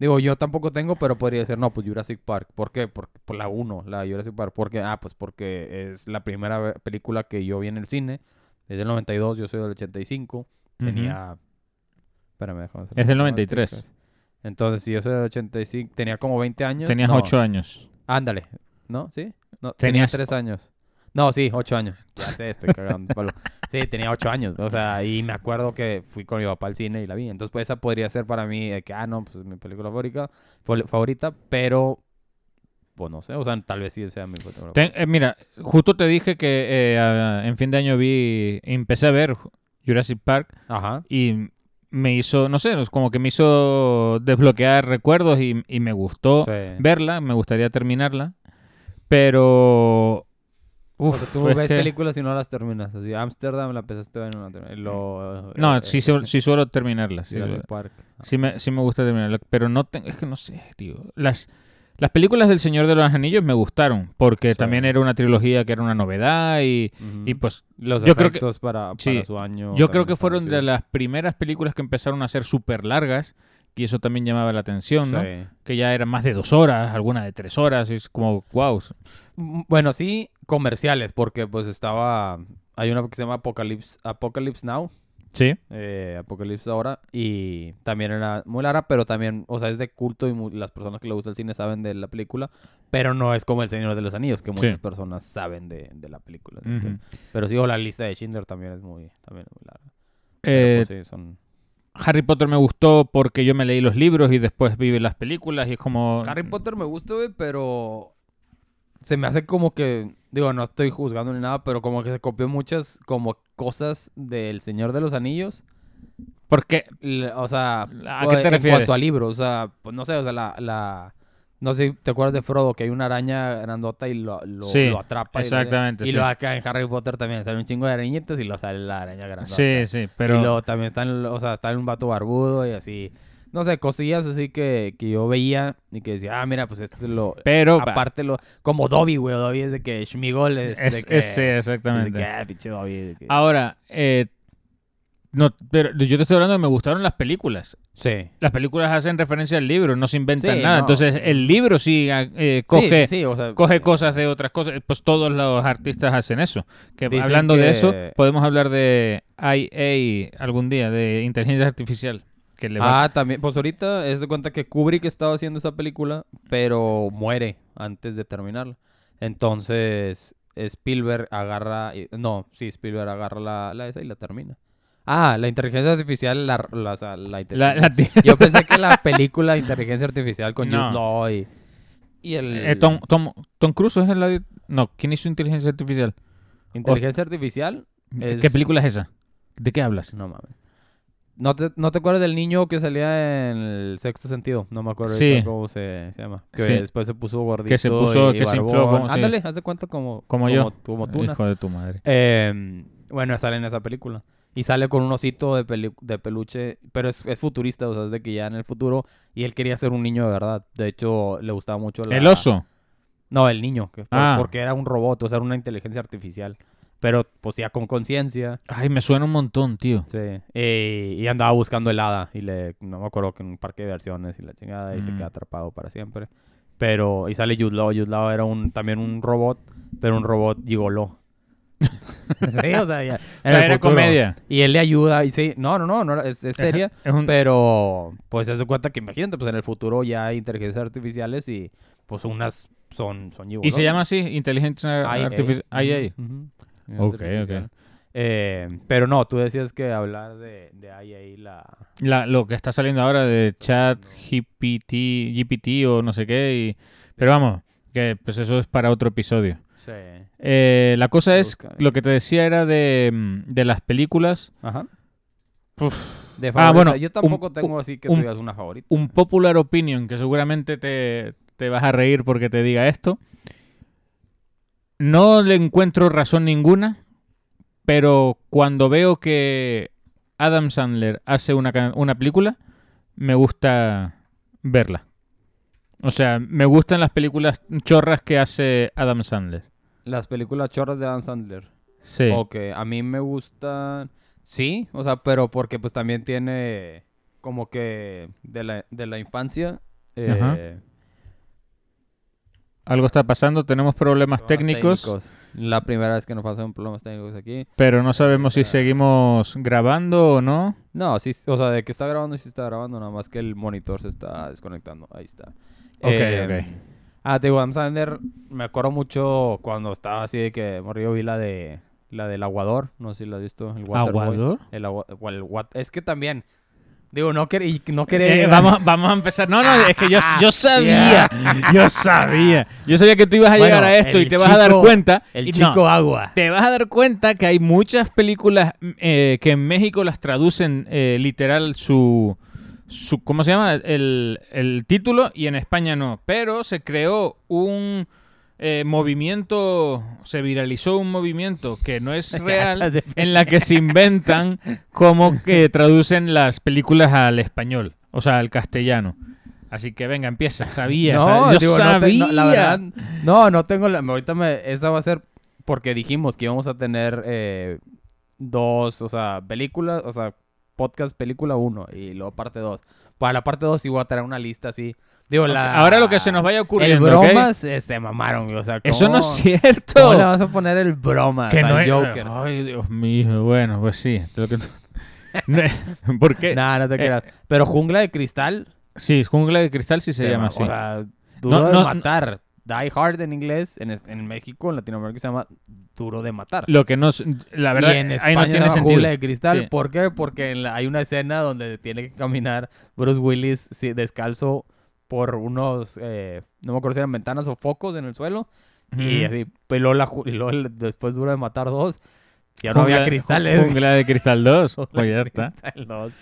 Speaker 1: digo, yo tampoco tengo, pero podría decir, no, pues Jurassic Park. ¿Por qué? Por, por la 1, la Jurassic Park. Porque, ah, pues porque es la primera ve- película que yo vi en el cine. Desde el 92, yo soy del 85. Tenía... Espérame, déjame hacer
Speaker 2: Es del
Speaker 1: la
Speaker 2: 93.
Speaker 1: matemática. Entonces, si yo soy del 85, tenía como 20 años.
Speaker 2: Tenías
Speaker 1: no.
Speaker 2: 8 años.
Speaker 1: Ándale. ¿No? ¿Sí? No, tenía
Speaker 2: Tenías-
Speaker 1: tres años. No, sí, ocho años. Ya sé, estoy cagando.
Speaker 2: <laughs>
Speaker 1: palo. Sí, tenía ocho años. O sea, y me acuerdo que fui con mi papá al cine y la vi. Entonces, pues, esa podría ser para mí de que, ah, no, pues, mi película favorita, fol- favorita, pero, pues, no sé. O sea, tal vez sí sea mi película
Speaker 2: Ten- eh, mira, justo te dije que eh, a- en fin de año vi, empecé a ver Jurassic Park
Speaker 1: favorita. Ajá.
Speaker 2: y me hizo, no sé, es como que me hizo desbloquear recuerdos y, y me gustó
Speaker 1: Sí.
Speaker 2: verla, me gustaría terminarla, pero...
Speaker 1: O
Speaker 2: Uf,
Speaker 1: sea, tú
Speaker 2: es
Speaker 1: ves
Speaker 2: que-
Speaker 1: películas y no las terminas. Así, Amsterdam la empezaste a ver y no la terminas. Y Lo,
Speaker 2: No,
Speaker 1: eh,
Speaker 2: sí,
Speaker 1: eh,
Speaker 2: suel- sí suelo terminarlas. sí
Speaker 1: Jurassic
Speaker 2: suelo-
Speaker 1: Park.
Speaker 2: Sí me, sí me gusta terminarlo, pero no te- es que no sé, tío. Las, las películas del Señor de los Anillos me gustaron, porque
Speaker 1: Sí. Mm,
Speaker 2: también era una trilogía que era una novedad y,
Speaker 1: Ujú.
Speaker 2: y pues
Speaker 1: Los
Speaker 2: yo creo que-
Speaker 1: efectos para, para
Speaker 2: sí.
Speaker 1: su año. también
Speaker 2: yo creo que
Speaker 1: están
Speaker 2: fueron de
Speaker 1: chidos.
Speaker 2: las primeras películas que empezaron a ser súper largas y eso también llamaba la atención, ¿no?
Speaker 1: Sí.
Speaker 2: Que ya eran más de dos horas, algunas de tres horas, y es como, wow.
Speaker 1: Mm, Bueno, sí, comerciales, porque pues estaba. Hay una que se llama Apocalypse, Apocalypse Now,
Speaker 2: Sí,
Speaker 1: eh, Apocalypse ahora, y también era muy larga, pero también, o sea, es de culto y mu- las personas que le gusta el cine saben de la película, pero no es como El Señor de los Anillos, que muchas personas saben de, de la película. ¿no?
Speaker 2: Ujú.
Speaker 1: Pero sí, o la lista de Schindler también es muy, también es muy larga. Pero,
Speaker 2: Eh,
Speaker 1: pues, sí, son...
Speaker 2: Harry Potter me gustó porque yo me leí los libros y después vi las películas y es como...
Speaker 1: Harry Potter me gusta, güey, pero se me hace como que, digo, no estoy juzgando ni nada, pero como que se copió muchas como cosas del Señor de los Anillos.
Speaker 2: Porque
Speaker 1: L- O sea,
Speaker 2: ¿A
Speaker 1: o-
Speaker 2: qué te
Speaker 1: en
Speaker 2: refieres?
Speaker 1: cuanto a libros, o sea, pues no sé, o sea, la, la- no sé, si ¿te acuerdas de Frodo que hay una araña grandota y lo, lo-
Speaker 2: Sí,
Speaker 1: lo atrapa? y lo-
Speaker 2: exactamente,
Speaker 1: Y,
Speaker 2: sí.
Speaker 1: lo acá en Harry Potter también sale un chingo de arañitas y lo sale la araña grandota.
Speaker 2: Sí, sí, pero...
Speaker 1: Y luego también están, o sea, está un vato barbudo y así. No sé, cosillas así que, que yo veía y que decía, ah, mira, pues este es lo.
Speaker 2: Pero...
Speaker 1: aparte, lo, como Dobby, güey. Dobby es de que Schmigol es,
Speaker 2: es-
Speaker 1: de que.
Speaker 2: es- sí,
Speaker 1: es
Speaker 2: exactamente.
Speaker 1: de que, ah, pinche Dobby. de que-
Speaker 2: Ahora, eh, no, pero yo te estoy hablando de me gustaron las películas.
Speaker 1: sí.
Speaker 2: Las películas hacen referencia al libro, no se inventan
Speaker 1: Sí,
Speaker 2: nada.
Speaker 1: no.
Speaker 2: Entonces, el libro sí ah, eh, coge,
Speaker 1: Sí, sí, o sea,
Speaker 2: coge cosas de otras cosas. Pues todos los artistas hacen eso. Que
Speaker 1: Dicen
Speaker 2: hablando de
Speaker 1: que-
Speaker 2: eso, podemos hablar de IA algún día, de inteligencia artificial. Que le va-
Speaker 1: Ah, también. Pues ahorita es de cuenta que Kubrick estaba haciendo esa película, pero muere antes de terminarla. Entonces, Spielberg agarra. y- No, sí, Spielberg agarra la, la esa y la termina. Ah, la inteligencia artificial, la. la, o sea, la
Speaker 2: la-
Speaker 1: inteligencia-
Speaker 2: la ti-
Speaker 1: <laughs> Yo pensé que la película de inteligencia artificial con
Speaker 2: No.
Speaker 1: Jude Law y. y el.
Speaker 2: eh, Tom, Tom- Tom Cruise es el... la- No, ¿quién hizo inteligencia artificial?
Speaker 1: Inteligencia artificial. Es-
Speaker 2: ¿Qué película es esa? ¿De qué hablas?
Speaker 1: No mames. ¿No te, ¿No te acuerdas del niño que salía en el sexto sentido? No me acuerdo
Speaker 2: Sí.
Speaker 1: ahorita cómo se, se llama. Que
Speaker 2: Sí.
Speaker 1: después se puso gordito.
Speaker 2: Que se puso-
Speaker 1: y
Speaker 2: que se infló,
Speaker 1: barbón.
Speaker 2: como- sí.
Speaker 1: Ándale, haz de cuenta como,
Speaker 2: Como yo.
Speaker 1: Como tunas.
Speaker 2: Hijo de tu madre.
Speaker 1: Eh, bueno, sale en esa película. Y sale con un osito de, peli- de peluche, pero es, es futurista, o sea, es de que ya en el futuro. Y él quería ser un niño de verdad. De hecho, le gustaba mucho la-
Speaker 2: El oso.
Speaker 1: No, el niño, que,
Speaker 2: Ah.
Speaker 1: porque era un robot, o sea, era una inteligencia artificial. Pero, pues, ya con conciencia.
Speaker 2: Ay, me suena un montón, tío.
Speaker 1: Sí. Y, y andaba buscando el hada. Y le, no me acuerdo que en un parque de diversiones y la chingada. Y se
Speaker 2: Mm.
Speaker 1: queda atrapado para siempre. Pero, y sale Jude Law. Jude Law era un, también un robot, pero un robot gigoló. sí, o sea, ya- en el
Speaker 2: era
Speaker 1: futuro.
Speaker 2: comedia.
Speaker 1: Y él le ayuda. Y sí, no, no, no, no es, es seria.
Speaker 2: Es un-
Speaker 1: pero, pues, se hace cuenta que imagínate, pues en el futuro ya hay inteligencias artificiales y, pues, unas son, son
Speaker 2: y
Speaker 1: gigolos.
Speaker 2: se llama así, inteligencia
Speaker 1: IA.
Speaker 2: artificial. IA.
Speaker 1: Ujú.
Speaker 2: Ok,
Speaker 1: Inteligencia artificial.
Speaker 2: ok.
Speaker 1: Eh, pero no, tú decías que hablar de, de ahí, ahí la...
Speaker 2: La- lo que está saliendo ahora de chat, GPT, GPT o no sé qué. y- pero vamos, que pues eso es para otro episodio.
Speaker 1: Sí.
Speaker 2: Eh, la cosa
Speaker 1: Voy a
Speaker 2: es,
Speaker 1: buscar.
Speaker 2: lo que te decía era de, mm, de las películas.
Speaker 1: Ajá.
Speaker 2: Uf.
Speaker 1: De
Speaker 2: Ah,
Speaker 1: favorita.
Speaker 2: bueno,
Speaker 1: Yo
Speaker 2: un-
Speaker 1: tampoco
Speaker 2: un-
Speaker 1: tengo así que
Speaker 2: un-
Speaker 1: tú digas una favorita.
Speaker 2: Un popular opinion que seguramente te, te vas a reír porque te diga esto. No le encuentro razón ninguna, pero cuando veo que Adam Sandler hace una, ca- una película, me gusta verla. O sea, me gustan las películas chorras que hace Adam Sandler.
Speaker 1: Las películas chorras de Adam Sandler.
Speaker 2: Sí.
Speaker 1: Ok, a mí me gustan... Sí, o sea, pero porque pues también tiene como que de la, de la infancia. eh,
Speaker 2: Ajá. Algo está pasando, tenemos problemas
Speaker 1: problemas
Speaker 2: técnicos,
Speaker 1: técnicos. La primera vez que nos pasan problemas técnicos aquí.
Speaker 2: pero no sabemos si seguimos grabando o no.
Speaker 1: No, sí, o sea, de que está grabando, sí está grabando, nada más que el monitor se está desconectando. Ahí está.
Speaker 2: Ok,
Speaker 1: Eh,
Speaker 2: ok.
Speaker 1: Ah, te digo, Adam Sandler, me acuerdo mucho cuando estaba así de que morrillo vi la de la del aguador, no sé si la has visto, el Waterboy.
Speaker 2: ¿Aguador?
Speaker 1: El agua, o el wat- es que también digo, no quer- y no
Speaker 2: Eh,
Speaker 1: quería <laughs>
Speaker 2: vamos, vamos a empezar. No, no, es que yo, yo sabía. Yo sabía. Yo sabía que tú ibas a
Speaker 1: Bueno,
Speaker 2: llegar a esto y
Speaker 1: el
Speaker 2: te vas a dar
Speaker 1: chico-
Speaker 2: cuenta.
Speaker 1: el
Speaker 2: y no,
Speaker 1: chico agua.
Speaker 2: te vas a dar cuenta que hay muchas películas mm, eh, que en México las traducen eh, literal su, su. ¿Cómo se llama? El, el título y en España no. Pero se creó un. eh, movimiento se viralizó un movimiento que
Speaker 1: <laughs>
Speaker 2: no es real en la que se inventan cómo que traducen las películas al español o sea al castellano así que venga empieza sabía sabía, yo
Speaker 1: digo, no te-
Speaker 2: sabía
Speaker 1: no, la verdad, no, no tengo la, ahorita me, esa va a ser porque dijimos que íbamos a tener eh, dos, o sea, películas, o sea, podcast película 1 y luego parte 2. Para la parte 2 sí voy a traer una lista así. Digo, la-
Speaker 2: Ok, ahora lo que se nos vaya ocurriendo,
Speaker 1: El
Speaker 2: ¿ok?
Speaker 1: bromas eh, se mamaron, o sea,
Speaker 2: eso no
Speaker 1: ¿cómo-
Speaker 2: es cierto
Speaker 1: ¿Cómo le vas a poner el broma
Speaker 2: Que no
Speaker 1: al
Speaker 2: es.
Speaker 1: Joker?
Speaker 2: Ay, Dios mío. Bueno, pues sí. lo que tú- <laughs> No es- ¿Por qué?
Speaker 1: Nah, no te
Speaker 2: eh,
Speaker 1: creas. Pero Jungla de Cristal
Speaker 2: Sí, Jungla de Cristal sí se, llama
Speaker 1: ma-
Speaker 2: así.
Speaker 1: O sea, Duro
Speaker 2: No,
Speaker 1: de
Speaker 2: no,
Speaker 1: Matar. Die Hard en inglés, en, es- en México, en Latinoamérica se llama Duro de Matar.
Speaker 2: Lo que no. es- La verdad,
Speaker 1: y en España
Speaker 2: ahí no tiene
Speaker 1: se llama
Speaker 2: sentido.
Speaker 1: Jungla de Cristal.
Speaker 2: Sí.
Speaker 1: ¿Por qué? Porque en la- hay una escena donde tiene que caminar Bruce Willis sí, descalzo por unos, eh, no me acuerdo si eran ventanas o focos en el suelo. Y
Speaker 2: Ujú.
Speaker 1: así, pues, luego la ju- y luego el- después Duro de Matar dos. Ya no había
Speaker 2: Jungla-
Speaker 1: cristales. <laughs>
Speaker 2: Jungla de Cristal 2. Pues ya está.
Speaker 1: Cristal dos.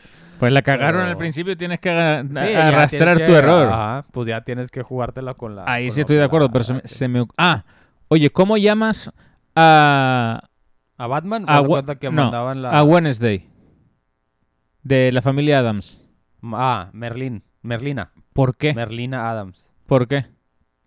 Speaker 2: Pues la cagaron
Speaker 1: Pero-
Speaker 2: al principio. Tienes que aga-
Speaker 1: Sí, ya
Speaker 2: arrastrar
Speaker 1: tienes
Speaker 2: tu
Speaker 1: que-
Speaker 2: error.
Speaker 1: Ajá, pues ya tienes que jugártela con la.
Speaker 2: Ahí
Speaker 1: con
Speaker 2: sí
Speaker 1: lo
Speaker 2: estoy
Speaker 1: que
Speaker 2: de
Speaker 1: la
Speaker 2: acuerdo. Pero se me,
Speaker 1: cagaste.
Speaker 2: se me oc- Ah, oye, ¿cómo llamas a.
Speaker 1: ¿A Batman?
Speaker 2: A
Speaker 1: Haz de
Speaker 2: Wa-
Speaker 1: cuenta que
Speaker 2: no,
Speaker 1: mandaban la...
Speaker 2: a Wednesday? De la familia Adams.
Speaker 1: Ah, Merlin. Merlina.
Speaker 2: ¿Por qué?
Speaker 1: Merlina Adams.
Speaker 2: ¿Por qué?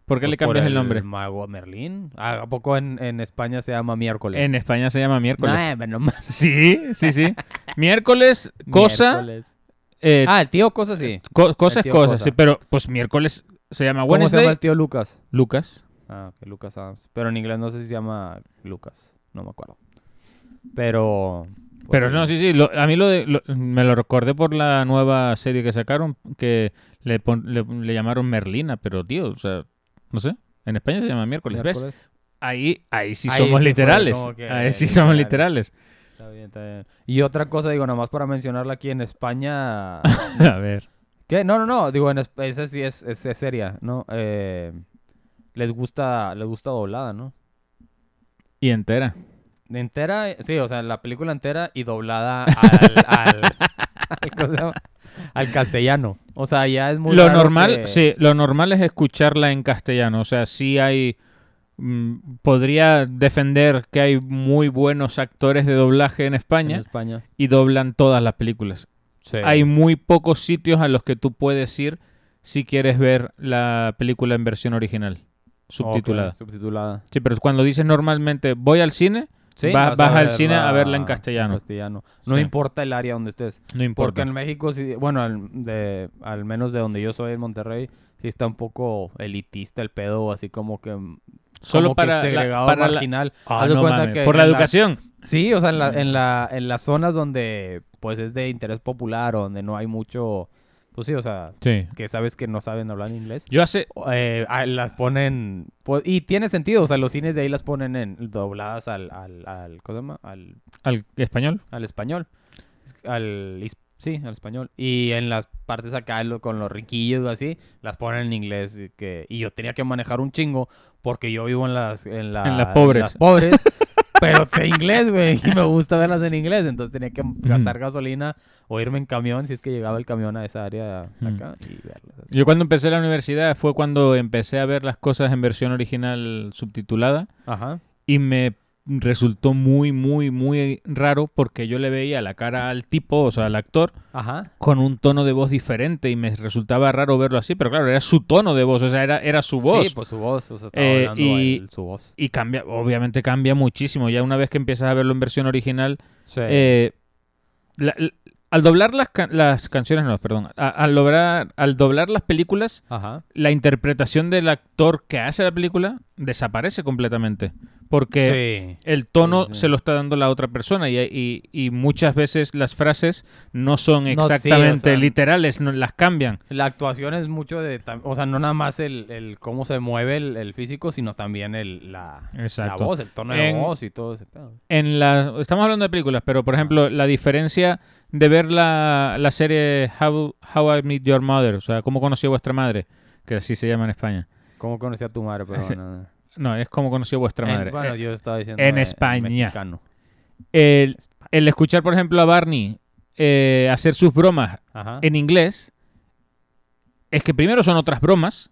Speaker 2: ¿Por qué
Speaker 1: Pues
Speaker 2: le cambias
Speaker 1: por
Speaker 2: el nombre?
Speaker 1: mago Merlin. Ah, ¿A poco en, en España se llama miércoles?
Speaker 2: En España se llama miércoles.
Speaker 1: Nah, pero no eh. mames.
Speaker 2: Sí, sí, sí. Miércoles, cosa,
Speaker 1: Miércoles.
Speaker 2: eh,
Speaker 1: Ah, el tío Cosa sí.
Speaker 2: co- cosa es
Speaker 1: tío
Speaker 2: cosa,
Speaker 1: cosa.
Speaker 2: sí, pero pues miércoles se llama
Speaker 1: ¿Cómo se
Speaker 2: Wednesday.
Speaker 1: llama el tío Lucas?
Speaker 2: Lucas.
Speaker 1: Ah, ok, Lucas Adams. Pero en inglés no sé si se llama Lucas. No me acuerdo. Pero... pues,
Speaker 2: pero
Speaker 1: sí.
Speaker 2: no, sí, sí, lo- a mí lo de- lo- me lo recordé por la nueva serie que sacaron que le, pon- le- le llamaron Merlina, pero tío, o sea, no sé. En España se llama miércoles, ¿ves?
Speaker 1: Miércoles.
Speaker 2: Ahí, ahí sí
Speaker 1: Ahí
Speaker 2: somos
Speaker 1: sí fue
Speaker 2: literales.
Speaker 1: como que
Speaker 2: Ahí sí somos
Speaker 1: literales.
Speaker 2: literales.
Speaker 1: Está bien, está bien. Y otra cosa, digo, nomás para mencionarla aquí en España... <laughs>
Speaker 2: A ver.
Speaker 1: ¿Qué? No, no, no. Digo, en es- esa sí es, es, es seria, ¿no? Eh, les gusta, les gusta doblada, ¿no?
Speaker 2: Y entera.
Speaker 1: Entera, sí, o sea, la película entera y doblada al, al,
Speaker 2: <laughs>
Speaker 1: al- ¿cómo se llama? al castellano. O sea, ya es muy
Speaker 2: lo
Speaker 1: raro
Speaker 2: normal,
Speaker 1: que-
Speaker 2: sí, lo normal es escucharla en castellano. O sea, sí hay. mm, podría defender que hay muy buenos actores de doblaje en
Speaker 1: en
Speaker 2: España
Speaker 1: España.
Speaker 2: y doblan todas las películas.
Speaker 1: Sí.
Speaker 2: Hay muy pocos sitios a los que tú puedes ir si quieres ver la película en versión original, subtitulada.
Speaker 1: Ok, subtitulada.
Speaker 2: Sí, pero cuando dices normalmente voy al cine,
Speaker 1: Sí,
Speaker 2: Va- vas
Speaker 1: a
Speaker 2: al cine a
Speaker 1: verla
Speaker 2: verla en castellano.
Speaker 1: castellano. No
Speaker 2: Sí.
Speaker 1: importa el área donde estés.
Speaker 2: no
Speaker 1: Porque
Speaker 2: importa.
Speaker 1: en México, sí, bueno, al, de- al menos de donde yo soy, en Monterrey, sí está un poco elitista el pedo, así como que...
Speaker 2: Solo
Speaker 1: como que
Speaker 2: para, la-
Speaker 1: segregado
Speaker 2: para la-
Speaker 1: marginal.
Speaker 2: Ah,
Speaker 1: Haz de
Speaker 2: no
Speaker 1: cuenta
Speaker 2: mames,
Speaker 1: que
Speaker 2: por la
Speaker 1: en
Speaker 2: educación.
Speaker 1: Sí, o sea, en, la-
Speaker 2: Mm.
Speaker 1: en, la, en las zonas donde pues es de interés popular o donde no hay mucho, pues sí, o sea,
Speaker 2: Sí.
Speaker 1: que sabes que no saben hablar inglés,
Speaker 2: Yo hace,
Speaker 1: eh, ah, las ponen, pues, y tiene sentido, o sea, los cines de ahí las ponen en dobladas al, al, al ¿cómo se llama? Al,
Speaker 2: al español,
Speaker 1: al español, al, is- sí, al español, y en las partes acá lo- con los riquillos o así, las ponen en inglés, y, que, y yo tenía que manejar un chingo porque yo vivo en las, en, la-
Speaker 2: En las pobres.
Speaker 1: las pobres <laughs> pero sé inglés, güey, y me gusta verlas en inglés, entonces tenía que gastar gasolina o irme en camión si es que llegaba el camión a esa área
Speaker 2: Mm.
Speaker 1: acá y verlas. así.
Speaker 2: Yo cuando empecé la universidad fue cuando empecé a ver las cosas en versión original subtitulada
Speaker 1: Ajá.
Speaker 2: y me resultó muy, muy, muy raro porque yo le veía la cara al tipo, o sea, al actor,
Speaker 1: Ajá.
Speaker 2: con un tono de voz diferente y me resultaba raro verlo así, pero claro, era su tono de voz, o sea, era, era su voz.
Speaker 1: Sí, pues su voz. O sea, estaba
Speaker 2: Eh,
Speaker 1: hablando
Speaker 2: y-
Speaker 1: a él, su voz.
Speaker 2: Y cambia, obviamente cambia muchísimo. Ya una vez que empiezas a verlo en versión original,
Speaker 1: Sí.
Speaker 2: eh, la- la- al doblar las, ca- las canciones, no, perdón, a- al, doblar, al doblar las películas,
Speaker 1: Ajá.
Speaker 2: la interpretación del actor que hace la película desaparece completamente. Porque
Speaker 1: Sí.
Speaker 2: el tono
Speaker 1: Sí, sí.
Speaker 2: se lo está dando la otra persona y, y- y muchas veces las frases no son
Speaker 1: No, sí, o
Speaker 2: exactamente
Speaker 1: sea-
Speaker 2: literales, no, las cambian.
Speaker 1: La actuación es mucho de... tam- O sea, no nada más el, el cómo se mueve el, el físico, sino también el, la, la
Speaker 2: Exacto.
Speaker 1: voz, el tono de
Speaker 2: En-
Speaker 1: voz y todo ese pedo.
Speaker 2: En la, estamos hablando de películas, pero por ejemplo, la diferencia de ver la, la serie How, How I Met Your Mother, o sea, cómo conocí a vuestra madre, que así se llama en España.
Speaker 1: ¿Cómo conocí a tu madre? Pero
Speaker 2: Ese-
Speaker 1: bueno, no.
Speaker 2: No, es cómo conocí a vuestra
Speaker 1: En-
Speaker 2: madre.
Speaker 1: bueno, yo estaba diciendo...
Speaker 2: en
Speaker 1: eh,
Speaker 2: España.
Speaker 1: mexicano.
Speaker 2: Eh, el, el escuchar, por ejemplo, a Barney eh, hacer sus bromas
Speaker 1: Ajá.
Speaker 2: en inglés es que primero son otras bromas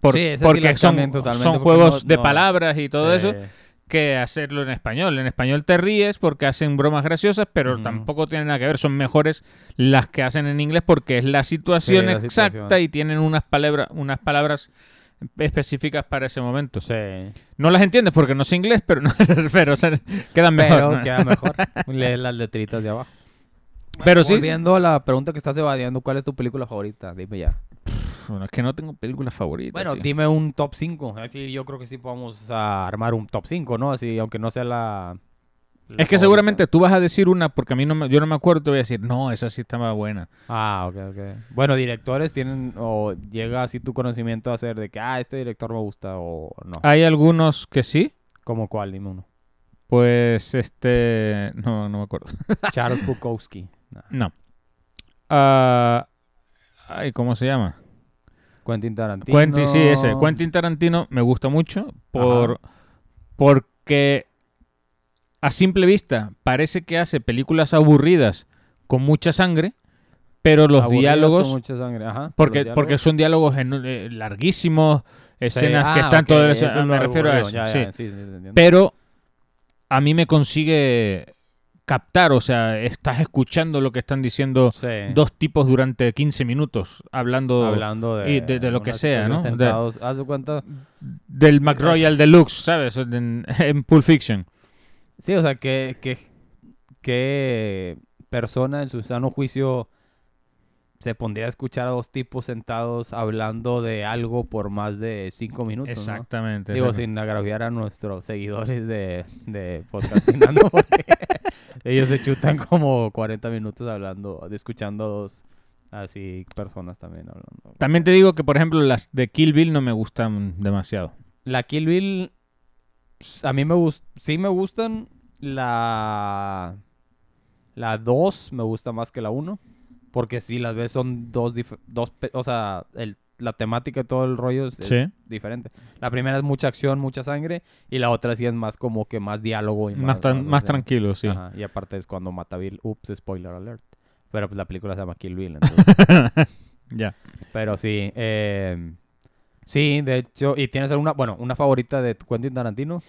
Speaker 2: por-
Speaker 1: Sí, esas sí
Speaker 2: porque
Speaker 1: las
Speaker 2: son,
Speaker 1: cambian totalmente,
Speaker 2: son
Speaker 1: porque
Speaker 2: juegos
Speaker 1: no-
Speaker 2: de
Speaker 1: no-
Speaker 2: palabras y todo
Speaker 1: Sí.
Speaker 2: eso que hacerlo en español. En español te ríes porque hacen bromas graciosas, pero
Speaker 1: Ujú.
Speaker 2: tampoco tienen nada que ver. Son mejores las que hacen en inglés porque es la situación
Speaker 1: la
Speaker 2: exacta
Speaker 1: situación.
Speaker 2: y tienen unas palabras, unas palabras específicas para ese momento.
Speaker 1: Sí.
Speaker 2: No las entiendes porque no sé inglés, pero, no- <laughs> pero o sea, quedan <laughs> mejor.
Speaker 1: Pero
Speaker 2: ¿no?
Speaker 1: queda mejor. Lees las letritas de abajo.
Speaker 2: <laughs> Pero sí-
Speaker 1: Volviendo a la pregunta que estás evadiendo, ¿cuál es tu película favorita? Dime ya.
Speaker 2: Bueno, es que no tengo película favorita.
Speaker 1: Bueno,
Speaker 2: tío.
Speaker 1: dime un top 5. Así yo creo que sí podemos a, armar un top 5, ¿no? Así, aunque no sea la. la
Speaker 2: es que
Speaker 1: favorita.
Speaker 2: seguramente tú vas a decir una porque a mí no me- yo no me acuerdo, te voy a decir, no, esa sí estaba buena.
Speaker 1: Ah, ok, ok. Bueno, directores tienen. O llega así tu conocimiento a ser de que, ah, este director me gusta o no.
Speaker 2: Hay algunos que sí,
Speaker 1: ¿Cómo cuál? Dime uno.
Speaker 2: pues este... No, no me acuerdo. <laughs>
Speaker 1: Charles Bukowski.
Speaker 2: No. Ah, ay, ¿cómo se llama?
Speaker 1: Quentin Tarantino.
Speaker 2: Quentin, sí, ese. Quentin Tarantino me gusta mucho por, porque a simple vista parece que hace películas aburridas con mucha sangre, pero los
Speaker 1: Aburridos
Speaker 2: diálogos...
Speaker 1: con mucha sangre, ajá,
Speaker 2: Porque,
Speaker 1: los
Speaker 2: porque
Speaker 1: diálogos.
Speaker 2: son diálogos en- eh, larguísimos, escenas
Speaker 1: Sí,
Speaker 2: que
Speaker 1: ah,
Speaker 2: están
Speaker 1: ok,
Speaker 2: todo
Speaker 1: eso es
Speaker 2: Me
Speaker 1: lo
Speaker 2: refiero a eso.
Speaker 1: aburrido, ya,
Speaker 2: sí.
Speaker 1: ya, sí, sí, te entiendo.
Speaker 2: Pero a mí me consigue captar, o sea, estás escuchando lo que están diciendo
Speaker 1: Sí.
Speaker 2: dos tipos durante 15 minutos hablando,
Speaker 1: hablando de,
Speaker 2: y de- de lo que
Speaker 1: una
Speaker 2: sea, ¿no?
Speaker 1: situación
Speaker 2: De-
Speaker 1: Sentados, haz de cuenta.
Speaker 2: del McRoyal Deluxe, ¿sabes? En, en Pulp Fiction.
Speaker 1: Sí, o sea, que, que, que persona en su sano juicio se pondría a escuchar a dos tipos sentados hablando de algo por más de cinco minutos. ¿no?
Speaker 2: Exactamente.
Speaker 1: Digo,
Speaker 2: exactamente.
Speaker 1: sin agraviar a nuestros seguidores de, de podcastinando, <laughs> porque ellos se chutan como 40 minutos hablando, de escuchando a dos así personas también hablando.
Speaker 2: También te digo que, por ejemplo, las de Kill Bill no me gustan demasiado.
Speaker 1: La Kill Bill s- a mí me gusta, sí me gustan la la 2 me gusta más que la 1 porque si las ves son dos dif- dos, pe- o sea, el- la temática y todo el rollo es, es
Speaker 2: Sí.
Speaker 1: diferente. La primera es mucha acción, mucha sangre y la otra sí es más como que más diálogo y
Speaker 2: Más, tran- más
Speaker 1: o sea,
Speaker 2: tranquilo, sí.
Speaker 1: ajá, y aparte es cuando mata a Bill, ups, spoiler alert. Pero pues la película se llama Kill Bill, entonces
Speaker 2: <laughs> Ya.
Speaker 1: pero sí, eh, sí, de hecho, ¿y tienes alguna, bueno, una favorita de Quentin Tarantino?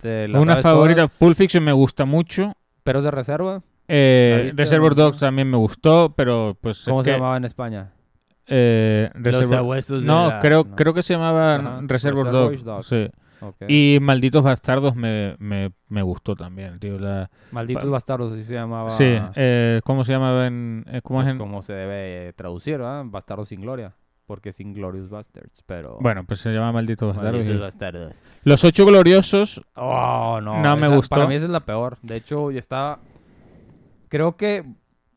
Speaker 1: ¿Te la
Speaker 2: Una
Speaker 1: sabes
Speaker 2: favorita,
Speaker 1: todas?
Speaker 2: Pulp Fiction me gusta mucho.
Speaker 1: ¿Perros de reserva?
Speaker 2: Eh,
Speaker 1: ¿La viste
Speaker 2: Reservoir
Speaker 1: alguna?
Speaker 2: Dogs también me gustó, pero pues. es
Speaker 1: ¿Cómo se
Speaker 2: que,
Speaker 1: llamaba en España?
Speaker 2: eh, Reservoir-
Speaker 1: sabuesos
Speaker 2: No, creo, creo que se llamaba
Speaker 1: Ajá,
Speaker 2: Reservoir,
Speaker 1: Reservoir
Speaker 2: Dogs.
Speaker 1: Dogs.
Speaker 2: sí. Y Malditos Bastardos me, me, me gustó también, tío. la-
Speaker 1: Malditos
Speaker 2: pa-
Speaker 1: bastardos, así se llamaba.
Speaker 2: Sí, eh, ¿cómo se llamaba en. eh, cómo es
Speaker 1: pues
Speaker 2: en-
Speaker 1: Ah. como se debe traducir, ¿verdad? Bastardos sin gloria, porque es Inglorious Bastards, pero...
Speaker 2: Bueno, pues se llamaba Malditos Bastardos.
Speaker 1: Malditos
Speaker 2: y-
Speaker 1: bastardos.
Speaker 2: Los Ocho Gloriosos,
Speaker 1: Oh, no.
Speaker 2: No me
Speaker 1: esa-
Speaker 2: gustó.
Speaker 1: Para mí esa es la peor. De hecho, ya está. Creo que.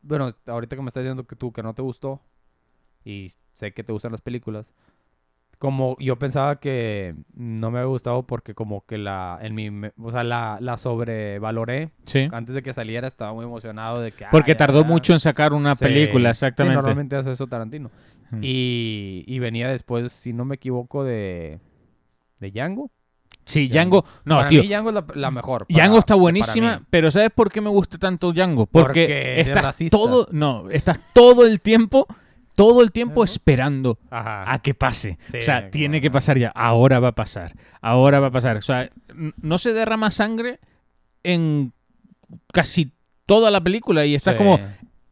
Speaker 1: Bueno, ahorita que me estás diciendo que tú que no te gustó. Y sé que te gustan las películas. Como yo pensaba que no me había gustado porque como que la. En mi, me- o sea, la, la sobrevaloré.
Speaker 2: sí.
Speaker 1: Antes de que saliera estaba muy emocionado de que. ah,
Speaker 2: Porque
Speaker 1: ya
Speaker 2: tardó
Speaker 1: está.
Speaker 2: mucho en sacar una
Speaker 1: Sí.
Speaker 2: película,
Speaker 1: Sí,
Speaker 2: exactamente.
Speaker 1: normalmente hace eso Tarantino.
Speaker 2: Mm.
Speaker 1: Y, y venía después, si no me equivoco, de. De Django.
Speaker 2: Sí, Django. No,
Speaker 1: para
Speaker 2: tío.
Speaker 1: mí Django es la, la mejor.
Speaker 2: Django
Speaker 1: para-
Speaker 2: está
Speaker 1: para
Speaker 2: buenísima,
Speaker 1: mí.
Speaker 2: pero ¿sabes por qué me gusta tanto Django? Porque,
Speaker 1: Porque es
Speaker 2: estás
Speaker 1: racista.
Speaker 2: todo, no, estás todo el tiempo todo el tiempo esperando
Speaker 1: Ajá.
Speaker 2: a que pase.
Speaker 1: Sí,
Speaker 2: o sea,
Speaker 1: como-
Speaker 2: tiene que pasar ya. Ahora va a pasar. Ahora va a pasar. O sea, n- no se derrama sangre en casi toda la película y estás
Speaker 1: Sí.
Speaker 2: como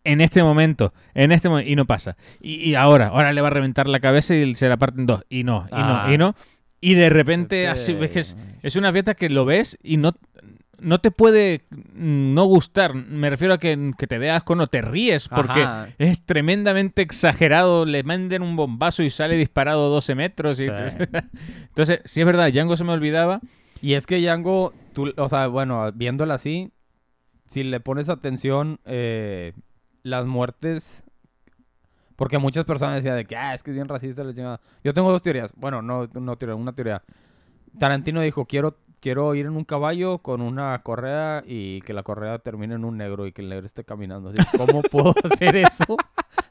Speaker 2: en este momento, en este momento, y no pasa. Y, y ahora, ahora le va a reventar la cabeza y se la parte en dos. Y no, y
Speaker 1: Ah.
Speaker 2: no, y no. Y de repente así
Speaker 1: Ok.
Speaker 2: ves que es, es una fiesta que lo ves y no, no te puede no gustar. Me refiero a que, que te dé asco, no te ríes porque
Speaker 1: Ajá.
Speaker 2: es tremendamente exagerado. Le manden un bombazo y sale disparado 12 metros. y-
Speaker 1: Sí.
Speaker 2: Entonces, <laughs> sí es verdad, Django se me olvidaba.
Speaker 1: Y es que Django, tú, o sea, bueno, viéndola así, si le pones atención, eh, las muertes. Porque muchas personas decían de que, ah, es que es bien racista la chingada. Yo tengo dos teorías. Bueno, no, no teoría, una teoría. Tarantino dijo, quiero, quiero ir en un caballo con una correa y que la correa termine en un negro y que el negro esté caminando. Así, ¿Cómo
Speaker 2: <laughs>
Speaker 1: puedo hacer eso? <laughs>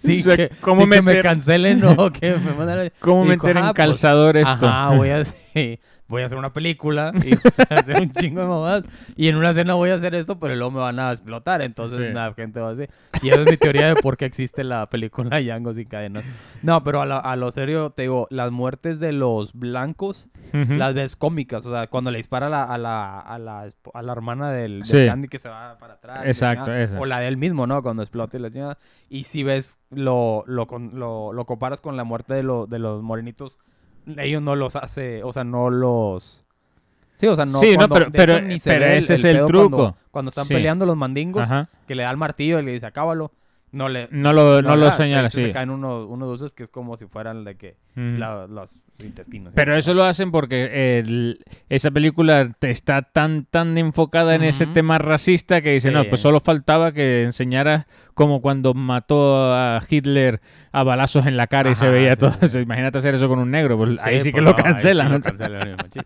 Speaker 1: sí,
Speaker 2: O sea,
Speaker 1: que,
Speaker 2: ¿cómo
Speaker 1: sin que me
Speaker 2: meter-
Speaker 1: cancelen o que me manden... a-
Speaker 2: ¿Cómo
Speaker 1: Y dijo,
Speaker 2: meter en
Speaker 1: "Ah, pues,
Speaker 2: calzador esto?
Speaker 1: Ajá, voy
Speaker 2: <laughs>
Speaker 1: a hacer, voy a hacer una película y voy a hacer un chingo de mamadas. Y en una cena voy a hacer esto, pero luego me van a explotar. Entonces
Speaker 2: Sí.
Speaker 1: la gente va a decir. Y esa es mi teoría de por qué existe la película <laughs> Django sin cadenas. No, pero a, la- a lo serio, te digo, las muertes de los blancos
Speaker 2: Ujú.
Speaker 1: las ves cómicas. O sea, cuando le dispara a la, a la, a la, esp- a la hermana del, del
Speaker 2: Sí.
Speaker 1: Candy que se va para atrás. y la
Speaker 2: Exacto,
Speaker 1: chingada.
Speaker 2: esa.
Speaker 1: O la de él mismo, ¿no? Cuando explota y la chingada. Y si ves, lo, lo, con- lo, lo comparas con la muerte de, lo- de los morenitos, ellos no los hace, o sea, no los... Sí, o sea, no...
Speaker 2: Sí, no,
Speaker 1: cuando-
Speaker 2: pero-
Speaker 1: de hecho,
Speaker 2: pero-
Speaker 1: ni se
Speaker 2: pero
Speaker 1: ve
Speaker 2: ese es el
Speaker 1: pedo
Speaker 2: truco.
Speaker 1: Cuando, cuando están
Speaker 2: Sí.
Speaker 1: peleando los mandingos,
Speaker 2: Ajá.
Speaker 1: que le da el martillo y le dice, acábalo. No le...
Speaker 2: No lo, no
Speaker 1: le
Speaker 2: lo
Speaker 1: da. De
Speaker 2: señala,
Speaker 1: hecho,
Speaker 2: sí.
Speaker 1: Se caen unos, unos dulces que es como si fueran de que...
Speaker 2: Mm.
Speaker 1: la- los intestinos.
Speaker 2: Pero eso lo hacen porque el- esa película te está tan tan enfocada en ese
Speaker 1: Ujú.
Speaker 2: tema racista que dicen,
Speaker 1: Sí.
Speaker 2: no, pues solo faltaba que enseñaras como cuando mató a Hitler a balazos en la cara y se
Speaker 1: Ajá,
Speaker 2: veía
Speaker 1: sí,
Speaker 2: todo
Speaker 1: sí.
Speaker 2: eso. Imagínate hacer eso con un negro, pues ahí sí que
Speaker 1: pues
Speaker 2: lo
Speaker 1: no, ahí sí
Speaker 2: cancelan.
Speaker 1: lo
Speaker 2: ¿no?
Speaker 1: cancelan, el machín.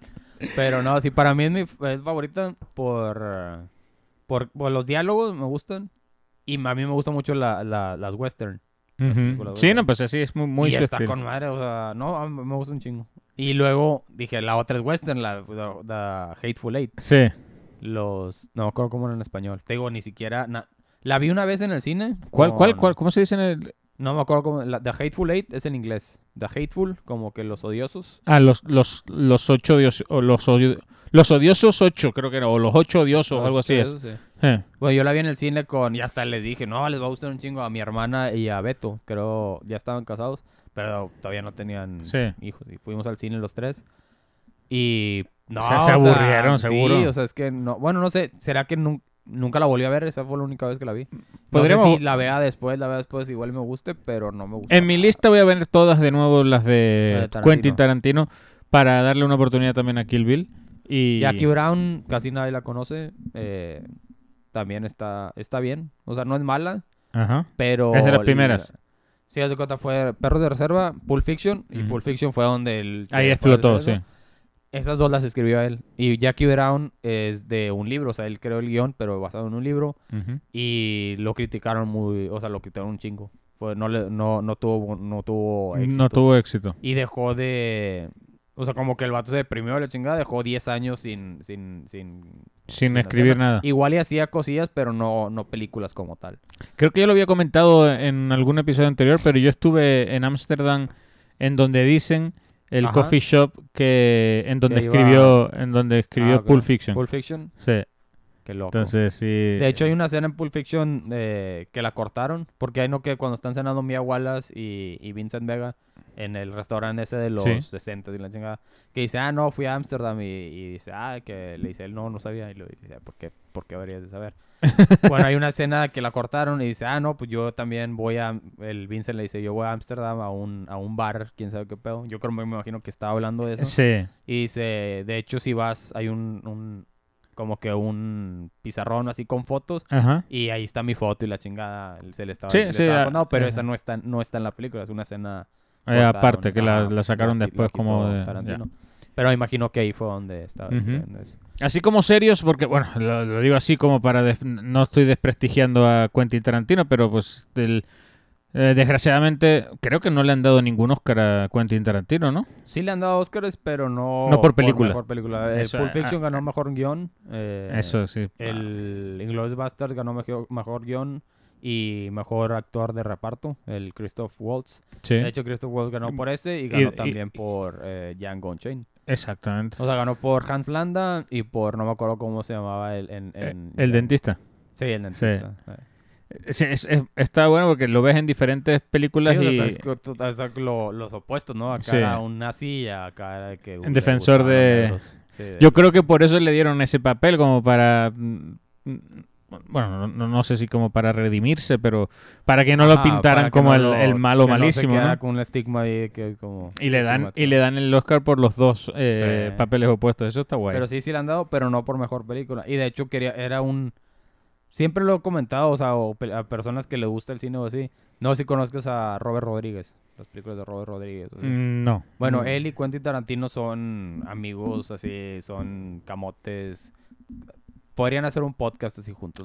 Speaker 1: Pero no, sí, para mí es mi es favorita por, eh, por, por los diálogos, me gustan. Y a mí me gustan mucho la- la- las western.
Speaker 2: Ujú.
Speaker 1: películas,
Speaker 2: Sí,
Speaker 1: ¿verdad?
Speaker 2: no, pues así es muy, muy
Speaker 1: y
Speaker 2: su
Speaker 1: está
Speaker 2: estilo.
Speaker 1: con madre, o sea, no, a mí me gusta un chingo. Y luego dije, la otra es western, la, la- la Hateful Eight.
Speaker 2: Sí.
Speaker 1: Los, no me acuerdo cómo era en español. Te digo, ni siquiera, na- la vi una vez en el cine.
Speaker 2: ¿Cuál, cuál,
Speaker 1: con-
Speaker 2: cuál, ¿Cómo se dice en el...?
Speaker 1: No me acuerdo cómo, la- The Hateful Eight es en inglés. The Hateful, como que los odiosos.
Speaker 2: Ah, los, los, los ocho odiosos, o los, odio- los odiosos ocho, creo que era, o los ocho odiosos, o
Speaker 1: Los
Speaker 2: algo así es.
Speaker 1: odiosos, sí.
Speaker 2: Eh.
Speaker 1: Bueno, yo la vi en el cine con, y hasta les dije, no, les va a gustar un chingo a mi hermana y a Beto, creo, ya estaban casados, pero todavía no tenían
Speaker 2: Sí.
Speaker 1: hijos. Y fuimos al cine los tres y... No,
Speaker 2: O sea, se
Speaker 1: o sea,
Speaker 2: aburrieron,
Speaker 1: sí,
Speaker 2: seguro.
Speaker 1: o sea, es que no, bueno, no sé, ¿será que nun- nunca la volví a ver? Esa fue la única vez que la vi. Podríamos...
Speaker 2: Podríamos- Eh,
Speaker 1: si la vea después, la vea después, igual me guste, pero no me gusta.
Speaker 2: En mi
Speaker 1: nada.
Speaker 2: lista voy a ver todas de nuevo las
Speaker 1: La
Speaker 2: de
Speaker 1: de Tarantino.
Speaker 2: Quentin Tarantino para darle una oportunidad también a Kill Bill. Y...
Speaker 1: Jackie Brown, casi nadie la conoce, eh, también está, está bien, o sea, no es mala,
Speaker 2: Ajá.
Speaker 1: Pero.
Speaker 2: Es de las primeras.
Speaker 1: la- Sí, haz de cuenta, fue Perros de Reserva, Pulp Fiction, y
Speaker 2: Ujú.
Speaker 1: Pulp Fiction fue donde el. se
Speaker 2: Ahí
Speaker 1: fue
Speaker 2: explotó,
Speaker 1: al
Speaker 2: sí.
Speaker 1: cerebro. Esas dos las escribió él. Y Jackie Brown es de un libro, o sea, él creó el guión, pero basado en un libro.
Speaker 2: Ujú.
Speaker 1: Y lo criticaron muy. O sea, lo criticaron un chingo. Fue, no, le, no, no tuvo, no tuvo éxito.
Speaker 2: No tuvo éxito.
Speaker 1: Y dejó de. O sea, como que el vato se deprimió de la chingada, dejó 10 años sin. sin, sin
Speaker 2: Sin
Speaker 1: sin
Speaker 2: escribir
Speaker 1: hacerla.
Speaker 2: nada.
Speaker 1: Igual y hacía cosillas, pero no, no películas como tal.
Speaker 2: Creo que yo lo había comentado en algún episodio anterior, pero yo estuve en Ámsterdam en donde dicen el
Speaker 1: Ajá.
Speaker 2: coffee shop que en donde
Speaker 1: Que iba-
Speaker 2: escribió en donde escribió
Speaker 1: Ah, ok.
Speaker 2: Pulp Fiction.
Speaker 1: Pulp Fiction,
Speaker 2: Sí.
Speaker 1: qué loco.
Speaker 2: Entonces, sí.
Speaker 1: De hecho, hay una escena en Pulp Fiction eh, que la cortaron. Porque hay no que cuando están cenando Mia Wallace y, y Vincent Vega en el restaurante ese de los
Speaker 2: Sí.
Speaker 1: 60 y la chingada. Que dice, ah, no, fui a Ámsterdam. Y, y dice, ah, que le dice, él no, no sabía. Y le dice, ¿por qué, por qué deberías de saber? bueno, hay una escena que la cortaron y dice, ah, no, pues yo también voy a. El Vincent le dice, yo voy a Ámsterdam a un, a un bar, quién sabe qué pedo. Yo creo, me imagino que estaba hablando de eso.
Speaker 2: Sí.
Speaker 1: Y dice, de hecho, si vas, hay un. un como que un pizarrón así con fotos
Speaker 2: Ajá.
Speaker 1: y ahí está mi foto y la chingada se le estaba,
Speaker 2: Sí,
Speaker 1: le
Speaker 2: sí,
Speaker 1: estaba
Speaker 2: ah,
Speaker 1: contando, pero
Speaker 2: ajá.
Speaker 1: esa no está, no está en la película, es una escena
Speaker 2: Eh,
Speaker 1: cortada,
Speaker 2: aparte,
Speaker 1: un-
Speaker 2: que la,
Speaker 1: ajá,
Speaker 2: la sacaron
Speaker 1: lo qui-
Speaker 2: después
Speaker 1: lo
Speaker 2: como
Speaker 1: quitó
Speaker 2: de... ya.
Speaker 1: Tarantino. Pero me imagino que ahí fue donde estaba
Speaker 2: Ujú.
Speaker 1: escribiendo eso.
Speaker 2: Así como serios, porque bueno, lo, lo digo así como para... des- no estoy desprestigiando a Quentin Tarantino, pero pues del- eh, desgraciadamente creo que no le han dado ningún Oscar a Quentin Tarantino, ¿no?
Speaker 1: Sí le han dado Óscares, pero no
Speaker 2: No por película.
Speaker 1: mejor película. El
Speaker 2: Eso,
Speaker 1: Pulp
Speaker 2: ah,
Speaker 1: Fiction ganó mejor guión. eh,
Speaker 2: Eso ah. sí.
Speaker 1: El Inglourious Basterds ganó mejor, mejor guión. y mejor actor de reparto, el Christoph Waltz.
Speaker 2: Sí,
Speaker 1: De hecho, Christoph Waltz ganó por ese y
Speaker 2: Y-
Speaker 1: ganó
Speaker 2: y-
Speaker 1: también por eh, Django Unchained.
Speaker 2: exactamente.
Speaker 1: O sea, ganó por Hans Landa y por no me acuerdo cómo se llamaba el. en-
Speaker 2: Eh,
Speaker 1: en-
Speaker 2: el dentista.
Speaker 1: Sí, el
Speaker 2: Sí.
Speaker 1: dentista. eh.
Speaker 2: Sí, es- es- está bueno porque lo ves en diferentes películas
Speaker 1: Sí, o sea,
Speaker 2: y
Speaker 1: es que tú- o sea, lo- los opuestos, ¿no? Acá
Speaker 2: Sí.
Speaker 1: era un nazi y acá era el que. uh, le
Speaker 2: defensor
Speaker 1: gustaban los
Speaker 2: de-
Speaker 1: negros. Sí, de-
Speaker 2: yo creo que por eso le dieron ese papel como para mm, mm, bueno, no, no- no sé si como para redimirse, pero para que no lo
Speaker 1: Ajá, Ah, para
Speaker 2: pintaran
Speaker 1: que
Speaker 2: como
Speaker 1: no
Speaker 2: el,
Speaker 1: lo-
Speaker 2: el malo
Speaker 1: que no se
Speaker 2: malísimo,
Speaker 1: quedara
Speaker 2: ¿no?
Speaker 1: con un estigma ahí que como
Speaker 2: Y le dan y
Speaker 1: estigmatizado.
Speaker 2: le dan el Oscar por los dos eh,
Speaker 1: Sí.
Speaker 2: papeles opuestos, eso está guay.
Speaker 1: Pero sí, sí le han dado, pero no por mejor película. Y de hecho, quería, era un. Siempre lo he comentado, o sea, o pe- a personas que les gusta el cine o así. No sé si conozcas a Robert Rodríguez, las películas de Robert Rodríguez. o sea.
Speaker 2: Mm, no.
Speaker 1: Bueno,
Speaker 2: No.
Speaker 1: él y Quentin Tarantino son amigos, así, son camotes. Podrían hacer un podcast así juntos. los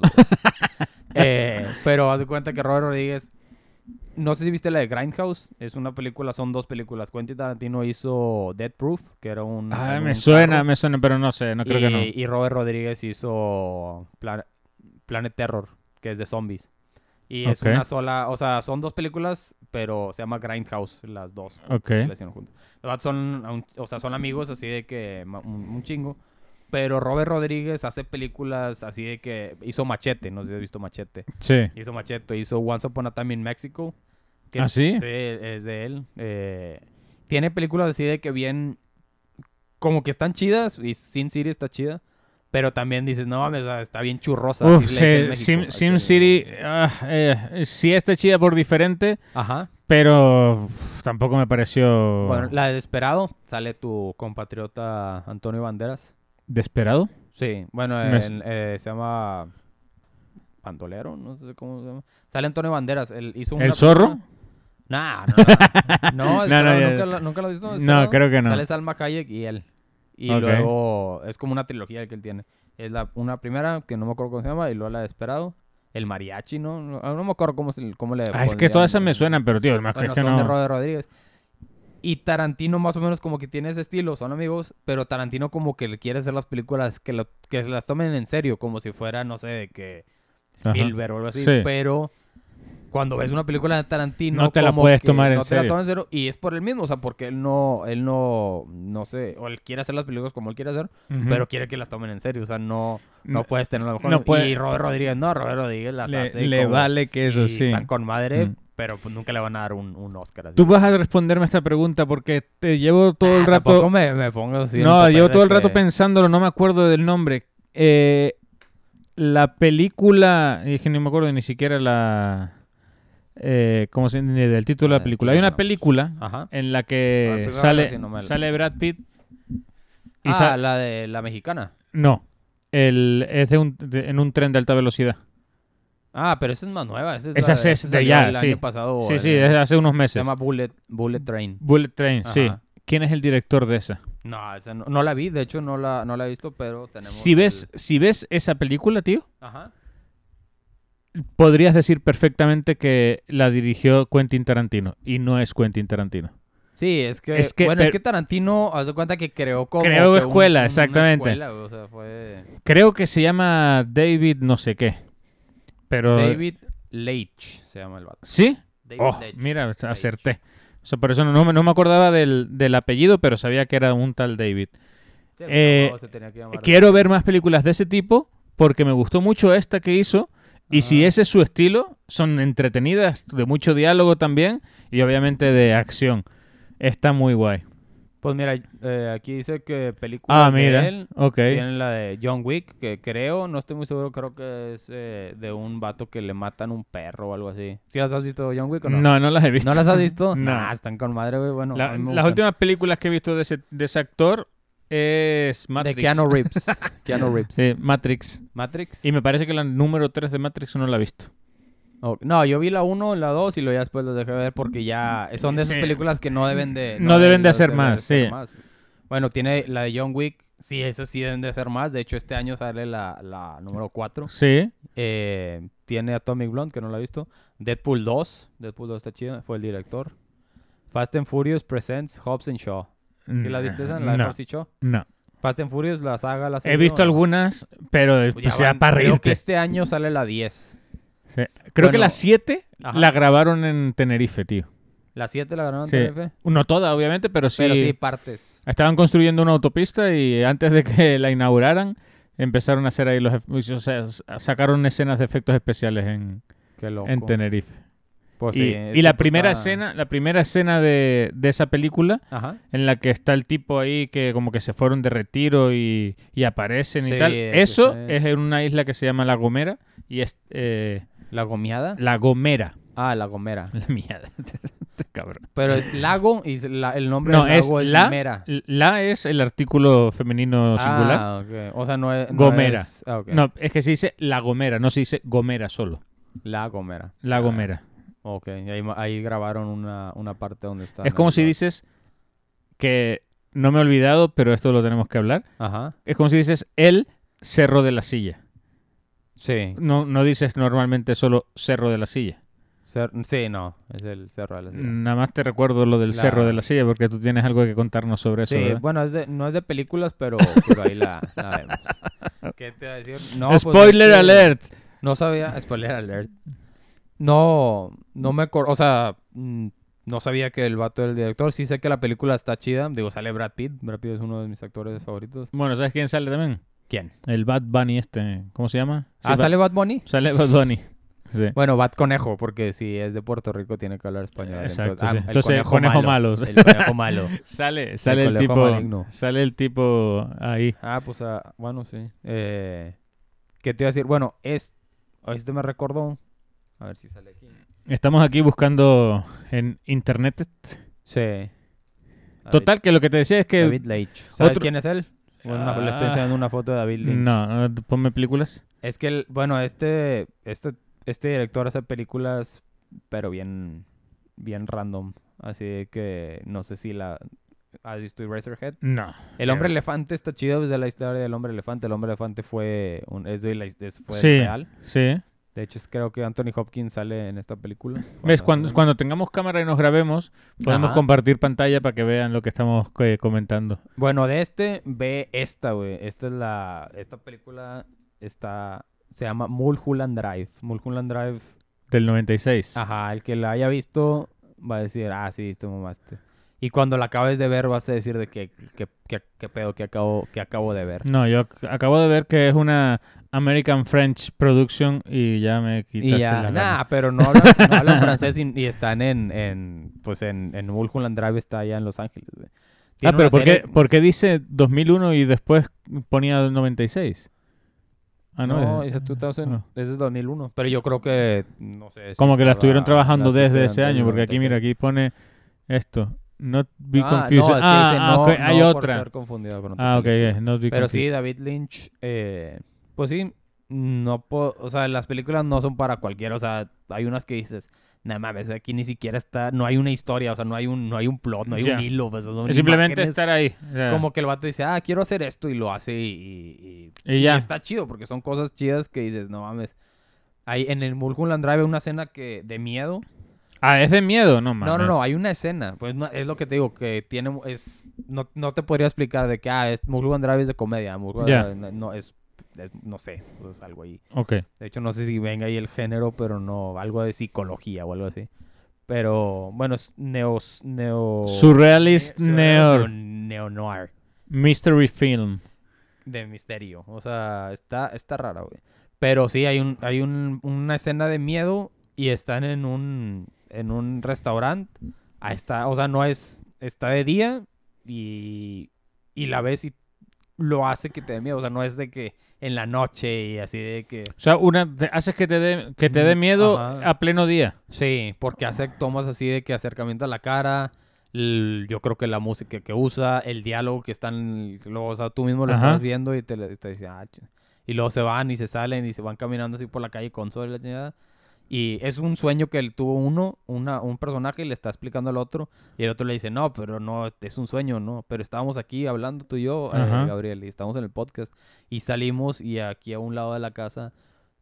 Speaker 1: dos.
Speaker 2: <laughs>
Speaker 1: Eh, pero haz de cuenta que Robert Rodríguez. No sé si viste la de Grindhouse. Es una película, son dos películas. Quentin Tarantino hizo Dead Proof, que era un.
Speaker 2: Ah,
Speaker 1: era
Speaker 2: me
Speaker 1: un
Speaker 2: suena,
Speaker 1: carro.
Speaker 2: me suena, pero no sé, no Ah, creo
Speaker 1: y,
Speaker 2: que no.
Speaker 1: y Robert Rodríguez hizo Plan- Planet Terror, que es de zombies. Y es
Speaker 2: Ok.
Speaker 1: una sola, o sea, son dos películas, pero se llama Grindhouse, las dos. juntas,
Speaker 2: Ok.
Speaker 1: las hicieron juntas. Los vatos son, a un- o sea, son amigos así de que ma- un, un chingo. Pero Robert Rodríguez hace películas así de que hizo Machete, no sé si has visto Machete.
Speaker 2: Sí.
Speaker 1: Hizo Machete, hizo Once Upon a Time in Mexico.
Speaker 2: ¿Ah, sí?
Speaker 1: Sí, es de él. Eh, tiene películas así de que bien. Como que están chidas. Y Sin City está chida. Pero también dices, no mames, o sea, está bien churrosa.
Speaker 2: Uf,
Speaker 1: así le dicen en
Speaker 2: sí, Sim,
Speaker 1: México, así
Speaker 2: Sim
Speaker 1: de-
Speaker 2: City, ah, eh, sí está chida por diferente,
Speaker 1: Ajá.
Speaker 2: pero uf, tampoco me pareció
Speaker 1: Bueno, la de Desperado. Sale tu compatriota Antonio Banderas.
Speaker 2: desperado.
Speaker 1: Sí, bueno,
Speaker 2: Me s-
Speaker 1: en- eh, se llama. Pantolero, no sé cómo se llama. Sale Antonio Banderas. Él hizo una
Speaker 2: ¿El zorro?
Speaker 1: película- Nah, no,
Speaker 2: <laughs>
Speaker 1: no, no.
Speaker 2: No,
Speaker 1: Desperado,
Speaker 2: no, ya-
Speaker 1: ¿nunca, lo, ¿nunca lo has visto?
Speaker 2: No,
Speaker 1: Desperado?
Speaker 2: creo que no.
Speaker 1: Sale Salma Hayek y él. Y
Speaker 2: Ok.
Speaker 1: luego es como una trilogía que él tiene. Es la, una primera, que no me acuerdo cómo se llama, y luego la de Esperado. El mariachi, ¿no? No, no me acuerdo cómo, se- cómo le
Speaker 2: Ah, es que todas esas me suenan, pero tío, más
Speaker 1: Bueno,
Speaker 2: Ah, que
Speaker 1: son de
Speaker 2: no.
Speaker 1: Robert Rodríguez. Y Tarantino más o menos como que tiene ese estilo, son amigos, pero Tarantino como que le quiere hacer las películas que, lo- que las tomen en serio, como si fuera, no sé, de que
Speaker 2: Ajá.
Speaker 1: Spielberg o algo así,
Speaker 2: Sí.
Speaker 1: pero cuando ves una película de Tarantino
Speaker 2: No te la
Speaker 1: como
Speaker 2: puedes
Speaker 1: que
Speaker 2: tomar en
Speaker 1: no te la
Speaker 2: serio.
Speaker 1: toma en serio y es por él mismo, o sea, porque él no él no no sé, o él quiere hacer las películas como él quiere hacer,
Speaker 2: Ujú.
Speaker 1: pero quiere que las tomen en serio, o sea, no no
Speaker 2: No-
Speaker 1: puedes tener la mejor
Speaker 2: no puede-
Speaker 1: y Robert Rodríguez no, Robert Rodríguez las hace
Speaker 2: le, le
Speaker 1: como-
Speaker 2: vale que eso
Speaker 1: y
Speaker 2: sí.
Speaker 1: están con madre,
Speaker 2: Mm.
Speaker 1: pero pues nunca le van a dar un, un Oscar así.
Speaker 2: Tú vas a responderme esta pregunta porque te llevo todo el
Speaker 1: Ah, tampoco
Speaker 2: rato
Speaker 1: me, me pongo así en
Speaker 2: No,
Speaker 1: papel
Speaker 2: llevo
Speaker 1: de
Speaker 2: todo el rato
Speaker 1: que-
Speaker 2: pensándolo, no me acuerdo del nombre. Eh, la película, es que no me acuerdo ni siquiera la... eh, ¿Cómo se ni del título de la
Speaker 1: Ah,
Speaker 2: película? Hay una
Speaker 1: no.
Speaker 2: película
Speaker 1: Ajá.
Speaker 2: en la
Speaker 1: Ah,
Speaker 2: que
Speaker 1: primero habla
Speaker 2: sale,
Speaker 1: si no me la-
Speaker 2: sale Brad Pitt. Y
Speaker 1: Ah,
Speaker 2: sa-
Speaker 1: la de la mexicana.
Speaker 2: No, el, es de un- de- en un tren de alta velocidad.
Speaker 1: Ah, pero esa es más nueva. Esa es,
Speaker 2: Esa
Speaker 1: la-
Speaker 2: sí es
Speaker 1: esa
Speaker 2: de
Speaker 1: salió
Speaker 2: ya,
Speaker 1: el
Speaker 2: sí.
Speaker 1: año pasado.
Speaker 2: sí,
Speaker 1: Oh, el-
Speaker 2: sí, es de hace unos meses.
Speaker 1: Se llama Bullet, Bullet Train.
Speaker 2: Bullet Train, sí.
Speaker 1: Ajá.
Speaker 2: ¿Quién es el director de esa?
Speaker 1: No, esa no, no la vi. De hecho, no la, no la he visto, pero tenemos...
Speaker 2: Si ves,
Speaker 1: el-
Speaker 2: si ves esa película, tío,
Speaker 1: Ajá.
Speaker 2: podrías decir perfectamente que la dirigió Quentin Tarantino y no es Quentin Tarantino.
Speaker 1: Sí, es que...
Speaker 2: Es que-
Speaker 1: bueno, es
Speaker 2: pero-
Speaker 1: que Tarantino, haz de cuenta que creó como...
Speaker 2: Creó
Speaker 1: que
Speaker 2: escuela,
Speaker 1: una
Speaker 2: exactamente.
Speaker 1: escuela, o sea, fue...
Speaker 2: Creo que se llama David no sé qué. Pero
Speaker 1: David Leitch se llama el vato.
Speaker 2: sí,
Speaker 1: David
Speaker 2: oh,
Speaker 1: Leitch.
Speaker 2: mira,
Speaker 1: Leitch.
Speaker 2: acerté. O sea, por eso no, no me- no me acordaba del, del apellido, pero sabía que era un tal David.
Speaker 1: Ah, Sí,
Speaker 2: Eh,
Speaker 1: no, se tenía que llamar-
Speaker 2: Quiero ver más películas de ese tipo porque me gustó mucho esta que hizo. Y si
Speaker 1: Ah.
Speaker 2: ese es su estilo, son entretenidas, de mucho diálogo también y obviamente de acción. Está muy guay.
Speaker 1: Pues mira, eh, aquí dice que películas
Speaker 2: Ah, mira.
Speaker 1: de él
Speaker 2: ok.
Speaker 1: tienen la de John Wick, que creo, no estoy muy seguro, creo que es eh, de un vato que le matan un perro o algo así. ¿Sí las has visto John Wick o no?
Speaker 2: No, no las he visto.
Speaker 1: ¿No las has visto?
Speaker 2: <laughs> No.
Speaker 1: Nah, están con madre, güey. Bueno, a
Speaker 2: La-
Speaker 1: mí me
Speaker 2: las
Speaker 1: gustan.
Speaker 2: últimas películas que he visto de ese, de ese actor es
Speaker 1: de
Speaker 2: Matrix.
Speaker 1: Keanu
Speaker 2: <laughs>
Speaker 1: Reeves. Keanu Reeves.
Speaker 2: Sí, Matrix.
Speaker 1: Matrix.
Speaker 2: Y me parece que la número 3 de Matrix no la he visto.
Speaker 1: Oh, No, yo vi la 1, la 2 y luego ya después los dejé ver porque ya son de esas
Speaker 2: Sí.
Speaker 1: películas que no deben de...
Speaker 2: No deben de hacer
Speaker 1: deben
Speaker 2: más,
Speaker 1: hacer
Speaker 2: sí.
Speaker 1: más. Bueno, tiene la de John Wick. Sí, eso sí deben de hacer más. De hecho, este año sale la, la número 4.
Speaker 2: Sí.
Speaker 1: Eh, tiene Atomic Blonde, que no la he visto. Deadpool 2. Deadpool 2 está chida, fue el director. Fast and Furious Presents Hobbs and Shaw. ¿Sí la viste esa? ¿La de
Speaker 2: no,
Speaker 1: Hobbs y Shaw?
Speaker 2: no.
Speaker 1: Fast and Furious, la saga, la
Speaker 2: He visto
Speaker 1: alguna
Speaker 2: algunas, pero
Speaker 1: Pues
Speaker 2: pues,
Speaker 1: ya
Speaker 2: ya
Speaker 1: van-
Speaker 2: para
Speaker 1: creo que
Speaker 2: reírte.
Speaker 1: este año sale la 10.
Speaker 2: Sí. Creo
Speaker 1: Bueno.
Speaker 2: que las 7
Speaker 1: Ajá.
Speaker 2: la grabaron en Tenerife, tío.
Speaker 1: ¿La 7 la grabaron
Speaker 2: Sí.
Speaker 1: en TNF?
Speaker 2: No toda, obviamente, pero sí,
Speaker 1: Pero sí, partes.
Speaker 2: Estaban construyendo una autopista y antes de que la inauguraran empezaron a hacer ahí los... ef- O sea, s- sacaron escenas de efectos especiales en,
Speaker 1: Qué loco.
Speaker 2: en Tenerife.
Speaker 1: Pues
Speaker 2: y
Speaker 1: sí,
Speaker 2: y
Speaker 1: este,
Speaker 2: la,
Speaker 1: pues,
Speaker 2: primera
Speaker 1: está-
Speaker 2: escena, la primera escena de, de esa película
Speaker 1: Ajá.
Speaker 2: en la que está el tipo ahí que como que se fueron de retiro y, y aparecen
Speaker 1: Sí,
Speaker 2: y tal.
Speaker 1: es que
Speaker 2: Eso
Speaker 1: se-
Speaker 2: es en una isla que se llama La Gomera y es eh,
Speaker 1: ¿La gomeada?
Speaker 2: La Gomera. <laughs>
Speaker 1: Ah, la gomera.
Speaker 2: La mierda. <laughs> Cabrón.
Speaker 1: Pero
Speaker 2: <laughs>
Speaker 1: es lago y es la- el nombre
Speaker 2: No,
Speaker 1: del lago
Speaker 2: es
Speaker 1: es,
Speaker 2: la-
Speaker 1: Gomera.
Speaker 2: La es el artículo femenino singular.
Speaker 1: Ah, ok. O sea, no es... no
Speaker 2: Gomera.
Speaker 1: es- ah, ok.
Speaker 2: No, es que se dice La Gomera, no se dice Gomera solo.
Speaker 1: La gomera.
Speaker 2: La
Speaker 1: Ah,
Speaker 2: Gomera.
Speaker 1: ok. Y ahí, ahí grabaron una, una parte donde está.
Speaker 2: es como si
Speaker 1: la-
Speaker 2: dices que no me he olvidado, pero esto lo tenemos que hablar.
Speaker 1: Ajá.
Speaker 2: Es como si dices el Cerro de la Silla.
Speaker 1: Sí.
Speaker 2: No, no dices normalmente solo Cerro de la Silla.
Speaker 1: Cer- sí, no. Es el cerro de la ciudad.
Speaker 2: Nada más te recuerdo lo del
Speaker 1: La-
Speaker 2: Cerro de la Silla porque tú tienes algo que contarnos sobre eso.
Speaker 1: Sí,
Speaker 2: ¿verdad?
Speaker 1: bueno, es de- no es de películas, pero, pero ahí la, la <laughs> vemos. ¿Qué te iba a decir? No, pues,
Speaker 2: Spoiler
Speaker 1: es que
Speaker 2: alert.
Speaker 1: No sabía, spoiler alert. No, no me acuerdo, o sea, mm, no sabía que el vato era el director. Sí sé que la película está chida. Digo, sale Brad Pitt. Brad Pitt es uno de mis actores favoritos.
Speaker 2: Bueno, ¿sabes quién sale también?
Speaker 1: ¿Quién?
Speaker 2: El Bad Bunny este. ¿Cómo se llama? Sí,
Speaker 1: ah,
Speaker 2: Ba-
Speaker 1: ¿sale Bad Bunny?
Speaker 2: Sale Bad Bunny. Sí.
Speaker 1: Bueno, Bad Conejo, porque si es de Puerto Rico tiene que hablar español.
Speaker 2: Exacto,
Speaker 1: Entonces, ah,
Speaker 2: sí.
Speaker 1: el
Speaker 2: Entonces, conejo malo.
Speaker 1: El conejo
Speaker 2: <laughs>
Speaker 1: malo.
Speaker 2: Sale, sale el,
Speaker 1: conejo
Speaker 2: tipo.
Speaker 1: maligno.
Speaker 2: Sale el tipo ahí.
Speaker 1: Ah, pues, ah, bueno, sí. Eh, ¿Qué te iba a decir? Bueno, es, este me recordó. A ver si sale aquí.
Speaker 2: Estamos aquí buscando en internet.
Speaker 1: Sí.
Speaker 2: Total, que lo que te decía es que.
Speaker 1: David Leitch. ¿Sabes
Speaker 2: otro-
Speaker 1: quién es él? Bueno, una- le estoy
Speaker 2: Ah.
Speaker 1: enseñando una foto de David Lynch.
Speaker 2: No, no, ponme películas.
Speaker 1: Es que, el- bueno, este, este, este director hace películas, pero bien, bien random. Así de que no sé si la... ¿Has visto Eraserhead?
Speaker 2: No.
Speaker 1: El Hombre Elefante está chido desde la historia del Hombre Elefante. El Hombre Elefante fue un, es, de la- es- fue
Speaker 2: Sí.
Speaker 1: real.
Speaker 2: Sí.
Speaker 1: De hecho, es- creo que Anthony Hopkins sale en esta película.
Speaker 2: <laughs> ¿Ves?
Speaker 1: Bueno,
Speaker 2: Cuando,
Speaker 1: sí.
Speaker 2: cuando tengamos cámara y nos grabemos, podemos
Speaker 1: Ajá.
Speaker 2: compartir pantalla para que vean lo que estamos eh, comentando.
Speaker 1: Bueno, de este, ve esta, güey. Esta es la... Esta película está... Se llama Mulholland Drive. Mulholland Drive
Speaker 2: Del 96.
Speaker 1: Ajá, el que la haya visto va a decir, ah, sí, te mamaste. Y cuando la acabes de ver vas a decir de que, que, que- que pedo que acabo, que acabo de ver.
Speaker 2: No, yo ac- acabo de ver que es una American French production y ya me quitaste
Speaker 1: Y ya,
Speaker 2: la
Speaker 1: nah, pero no hablan, no
Speaker 2: <laughs>
Speaker 1: hablan francés y, y están en, en pues en, en Mulholland Drive, está allá en Los Ángeles. güey.
Speaker 2: Ah,
Speaker 1: Tiene
Speaker 2: pero
Speaker 1: una
Speaker 2: ¿por qué,
Speaker 1: serie-
Speaker 2: por qué dice 2001 y después ponía 96? Ah, no.
Speaker 1: No,
Speaker 2: es-
Speaker 1: ese 2000,
Speaker 2: no.
Speaker 1: ese es 2001. Pero yo creo que, no sé. si
Speaker 2: Como que la
Speaker 1: estaba-
Speaker 2: estuvieron trabajando
Speaker 1: la
Speaker 2: desde ese
Speaker 1: estuvieron
Speaker 2: año, porque aquí, mira,
Speaker 1: 96.
Speaker 2: aquí pone esto. Not be
Speaker 1: Ah,
Speaker 2: confused.
Speaker 1: no, es que
Speaker 2: ah,
Speaker 1: dice,
Speaker 2: ah,
Speaker 1: no-
Speaker 2: ok,
Speaker 1: no
Speaker 2: hay
Speaker 1: por
Speaker 2: otra.
Speaker 1: ser confundido con otra
Speaker 2: Ah, ok,
Speaker 1: película.
Speaker 2: yeah, not be
Speaker 1: Pero sí,
Speaker 2: confused.
Speaker 1: David Lynch, eh, pues sí, no po- o sea, las películas no son para cualquiera, o sea, hay unas que dices, nada mames, aquí ni siquiera está, no hay una historia, o sea, no hay un, no hay un plot, no hay
Speaker 2: Ya.
Speaker 1: un hilo, pues, son
Speaker 2: Es Simplemente
Speaker 1: imágenes.
Speaker 2: estar ahí. o sea,
Speaker 1: Como que el vato dice, ah, quiero hacer esto y lo hace y, y- y-
Speaker 2: y ya.
Speaker 1: está chido porque son cosas chidas que dices, no mames. Hay, en el Mulholland Drive hay una escena que, de miedo.
Speaker 2: Ah, es de miedo, no mames.
Speaker 1: No, no, no, hay una escena. Pues no- es lo que te digo, que tiene, es, no, no te podría explicar de que, ah, es, Mulholland Drive es de comedia, Mulholland
Speaker 2: Ya.
Speaker 1: Drive no, no es, es- no sé, pues algo ahí.
Speaker 2: Ok.
Speaker 1: De hecho, no sé si venga ahí el género, pero no, algo de psicología o algo así. Pero, bueno, es neos, neo... eh,
Speaker 2: Surrealist
Speaker 1: neo...
Speaker 2: Neo
Speaker 1: Neo-noir,
Speaker 2: Mystery Film.
Speaker 1: de misterio. O sea, está, está rara, güey. Pero sí, hay, un, hay un- una escena de miedo y están en un, en un restaurante. Ahí está, o sea, no es. Está de día y, y la ves y lo hace que te dé miedo. O sea, no es de que en la noche y así de que.
Speaker 2: O sea, una, te- haces que te dé que te dé
Speaker 1: Mm,
Speaker 2: miedo
Speaker 1: ajá.
Speaker 2: a pleno día.
Speaker 1: Sí, porque hace tomas así de que acercamiento a la cara. l- Yo creo que la música que usa, el diálogo que están, luego, o sea, tú mismo lo
Speaker 2: Ajá.
Speaker 1: estás viendo y te, le- te dice, ah, ch-". y luego se van y se salen y se van caminando así por la calle con sol y la chingada. Y es un sueño que él tuvo uno, una, un personaje y le está explicando al otro y el otro le dice, no, pero no, es un sueño, no, pero estábamos aquí hablando tú y yo, eh,
Speaker 2: Ajá.
Speaker 1: Gabriel, y estamos en el podcast y salimos y aquí a un lado de la casa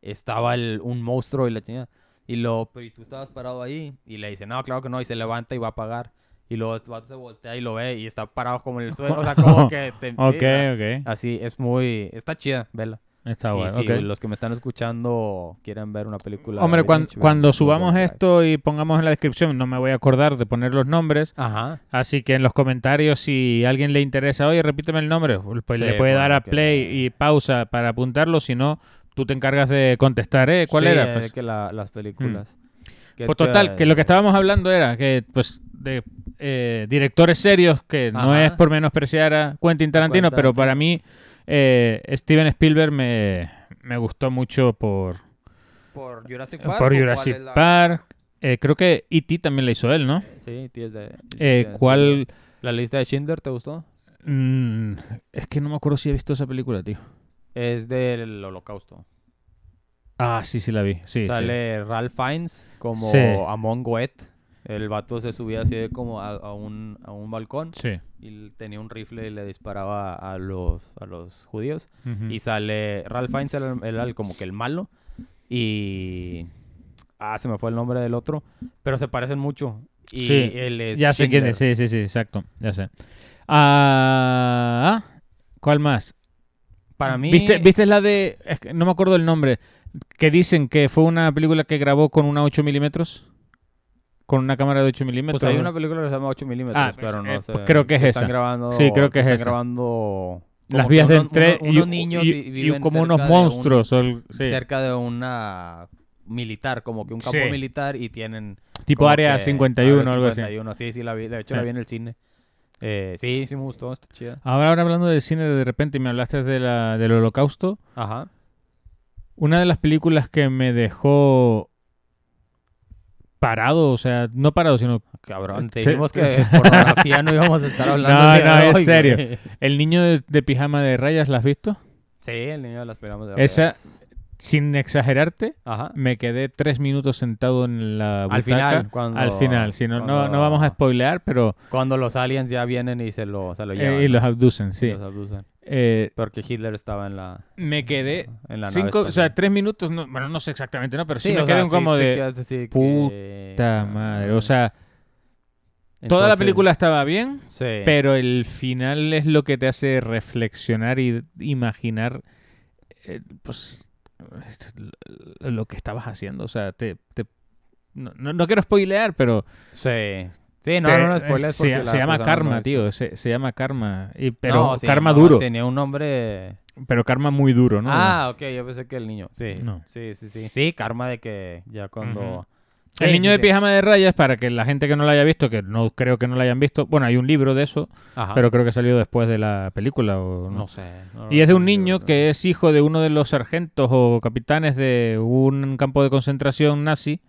Speaker 1: estaba el, un monstruo y la chingada. Y lo, pero y tú estabas parado ahí. Y le dice, no, claro que no. Y se levanta y va a pagar. Y luego el vato se voltea y lo ve
Speaker 2: <laughs>
Speaker 1: y está parado como en el suelo. O sea, como que te
Speaker 2: Ok,
Speaker 1: sí,
Speaker 2: ok.
Speaker 1: Así, es muy. Está chida, vela.
Speaker 2: Está
Speaker 1: Y
Speaker 2: guay,
Speaker 1: si
Speaker 2: Ah, ok.
Speaker 1: los que me están escuchando quieren ver una película.
Speaker 2: Hombre,
Speaker 1: de
Speaker 2: cuan-
Speaker 1: Lynch,
Speaker 2: cuando
Speaker 1: vean
Speaker 2: subamos
Speaker 1: Mulholland Drive.
Speaker 2: esto y pongamos en la descripción, no me voy a acordar de poner los nombres.
Speaker 1: Ajá.
Speaker 2: Así que en los comentarios, si a alguien le interesa, oye, repíteme el nombre, pues
Speaker 1: Sí,
Speaker 2: le puede dar a
Speaker 1: porque-
Speaker 2: play y pausa para apuntarlo. Si no, tú te encargas de contestar, ¿eh? ¿Cuál
Speaker 1: Sí,
Speaker 2: era?
Speaker 1: eh,
Speaker 2: Pues-
Speaker 1: que la- las películas. Que
Speaker 2: Pues
Speaker 1: te-
Speaker 2: total, que lo que estábamos hablando era que, pues, de eh, directores serios, que no
Speaker 1: Ajá.
Speaker 2: es por menospreciar a Quentin Tarantino,
Speaker 1: Quentin
Speaker 2: pero para mí eh, Steven Spielberg me, me gustó mucho por,
Speaker 1: Por Jurassic Park.
Speaker 2: por
Speaker 1: ¿o
Speaker 2: Jurassic
Speaker 1: cuál es la-
Speaker 2: Park. Eh, creo que E.T. también la hizo él, ¿no?
Speaker 1: Sí, tienes de.
Speaker 2: Eh,
Speaker 1: tienes
Speaker 2: ¿Cuál?
Speaker 1: de- ¿La lista de Schindler te gustó?
Speaker 2: Mm, es que no me acuerdo si he visto esa película, tío.
Speaker 1: Es del Holocausto.
Speaker 2: Ah, sí, sí la vi. Sí, sí.
Speaker 1: Sale Ralph Fiennes como
Speaker 2: Sí.
Speaker 1: Amon Goet. El vato se subía así de como a, a un, a un balcón
Speaker 2: Sí.
Speaker 1: y tenía un rifle y le disparaba a los, a los judíos.
Speaker 2: Ujú.
Speaker 1: Y sale Ralph Fiennes, era, el- era el- como que el malo. Y. Ah, se me fue el nombre del otro. Pero se parecen mucho. Y
Speaker 2: Sí,
Speaker 1: él es
Speaker 2: Ya sé quién es,
Speaker 1: Schindler.
Speaker 2: sí, sí, sí, exacto, ya sé. Ah, ¿Cuál más?
Speaker 1: Para mí.
Speaker 2: ¿Viste, viste la de, es que no me acuerdo el nombre, que dicen que fue una película que grabó con una 8 milímetros? Con una cámara de 8 milímetros.
Speaker 1: Pues hay una película que se llama 8 milímetros,
Speaker 2: Ah, pues,
Speaker 1: pero no
Speaker 2: eh,
Speaker 1: sé.
Speaker 2: pues creo que es
Speaker 1: están
Speaker 2: esa.
Speaker 1: Grabando,
Speaker 2: Sí, creo que es
Speaker 1: están
Speaker 2: esa.
Speaker 1: grabando... como
Speaker 2: Las
Speaker 1: que
Speaker 2: vías de
Speaker 1: unos-
Speaker 2: entre
Speaker 1: unos-
Speaker 2: y-
Speaker 1: unos niños
Speaker 2: y,
Speaker 1: y,
Speaker 2: y
Speaker 1: viven
Speaker 2: como
Speaker 1: cerca
Speaker 2: unos
Speaker 1: de un-
Speaker 2: monstruos. o el- sí,
Speaker 1: cerca de una militar, como que un campo
Speaker 2: Sí.
Speaker 1: militar y tienen...
Speaker 2: tipo
Speaker 1: como
Speaker 2: área
Speaker 1: que
Speaker 2: 51 o
Speaker 1: área
Speaker 2: algo así.
Speaker 1: 51, sí, sí, la vi. De hecho,
Speaker 2: Sí.
Speaker 1: la vi en el cine. Eh, sí, sí me gustó, está chida.
Speaker 2: Ahora, ahora hablando del cine, de repente me hablaste de la, del holocausto.
Speaker 1: Ajá.
Speaker 2: Una de las películas que me dejó parado, o sea, no parado, sino
Speaker 1: Cabrón, te
Speaker 2: Te-
Speaker 1: dijimos
Speaker 2: <laughs>
Speaker 1: que
Speaker 2: te-
Speaker 1: pornografía no íbamos a estar hablando
Speaker 2: No,
Speaker 1: el día
Speaker 2: no,
Speaker 1: de
Speaker 2: es
Speaker 1: hoy,
Speaker 2: serio.
Speaker 1: güey.
Speaker 2: el niño de, de pijama de rayas, ¿la has visto?
Speaker 1: Sí, el niño de las pegamos de
Speaker 2: Esa-
Speaker 1: rayas.
Speaker 2: Sin exagerarte,
Speaker 1: Ajá.
Speaker 2: me quedé tres minutos sentado en la butaca.
Speaker 1: Al final, cuando...
Speaker 2: Al final, si no, no, no
Speaker 1: cuando-
Speaker 2: vamos a spoilear, pero...
Speaker 1: Cuando los aliens ya vienen y se lo, se lo
Speaker 2: eh,
Speaker 1: llevan.
Speaker 2: y los abducen,
Speaker 1: y
Speaker 2: sí.
Speaker 1: los abducen.
Speaker 2: Eh,
Speaker 1: Porque Hitler estaba en la.
Speaker 2: me quedé
Speaker 1: En la nave
Speaker 2: cinco, o sea,
Speaker 1: espacial.
Speaker 2: tres minutos, no- bueno, no sé exactamente, ¿no? Pero sí,
Speaker 1: Sí,
Speaker 2: me
Speaker 1: o
Speaker 2: quedé
Speaker 1: sea,
Speaker 2: un como
Speaker 1: sí te
Speaker 2: de...
Speaker 1: quedas así que-
Speaker 2: Puta madre, o sea, toda la
Speaker 1: Entonces,
Speaker 2: película estaba bien,
Speaker 1: Sí.
Speaker 2: pero el final es lo que te hace reflexionar y imaginar eh, pues lo que estabas haciendo. O sea, te, te- no, no- no quiero spoilear, pero
Speaker 1: Sí. Sí, no,
Speaker 2: te-
Speaker 1: no, no, spoilers por
Speaker 2: se,
Speaker 1: si la
Speaker 2: se
Speaker 1: persona
Speaker 2: llama
Speaker 1: no lo
Speaker 2: Karma,
Speaker 1: ha visto.
Speaker 2: tío. Se, se llama Karma. Y, pero
Speaker 1: No, sí,
Speaker 2: Karma
Speaker 1: no,
Speaker 2: duro,
Speaker 1: Tenía un nombre.
Speaker 2: pero Karma muy duro, ¿no?
Speaker 1: Ah, ok, yo pensé que el niño. Sí.
Speaker 2: No.
Speaker 1: Sí, sí, sí. Sí, karma de que ya cuando.
Speaker 2: Ujú.
Speaker 1: Sí,
Speaker 2: el
Speaker 1: sí,
Speaker 2: niño de
Speaker 1: sí.
Speaker 2: pijama de rayas, para que la gente que no lo haya visto, que no creo que no lo hayan visto, bueno, hay un libro de eso,
Speaker 1: Ajá.
Speaker 2: pero creo que salió después de la película o
Speaker 1: No sé. no
Speaker 2: Y es de un
Speaker 1: sé, yo
Speaker 2: niño
Speaker 1: creo.
Speaker 2: que es hijo de uno de los sargentos o capitanes de un campo de concentración nazi.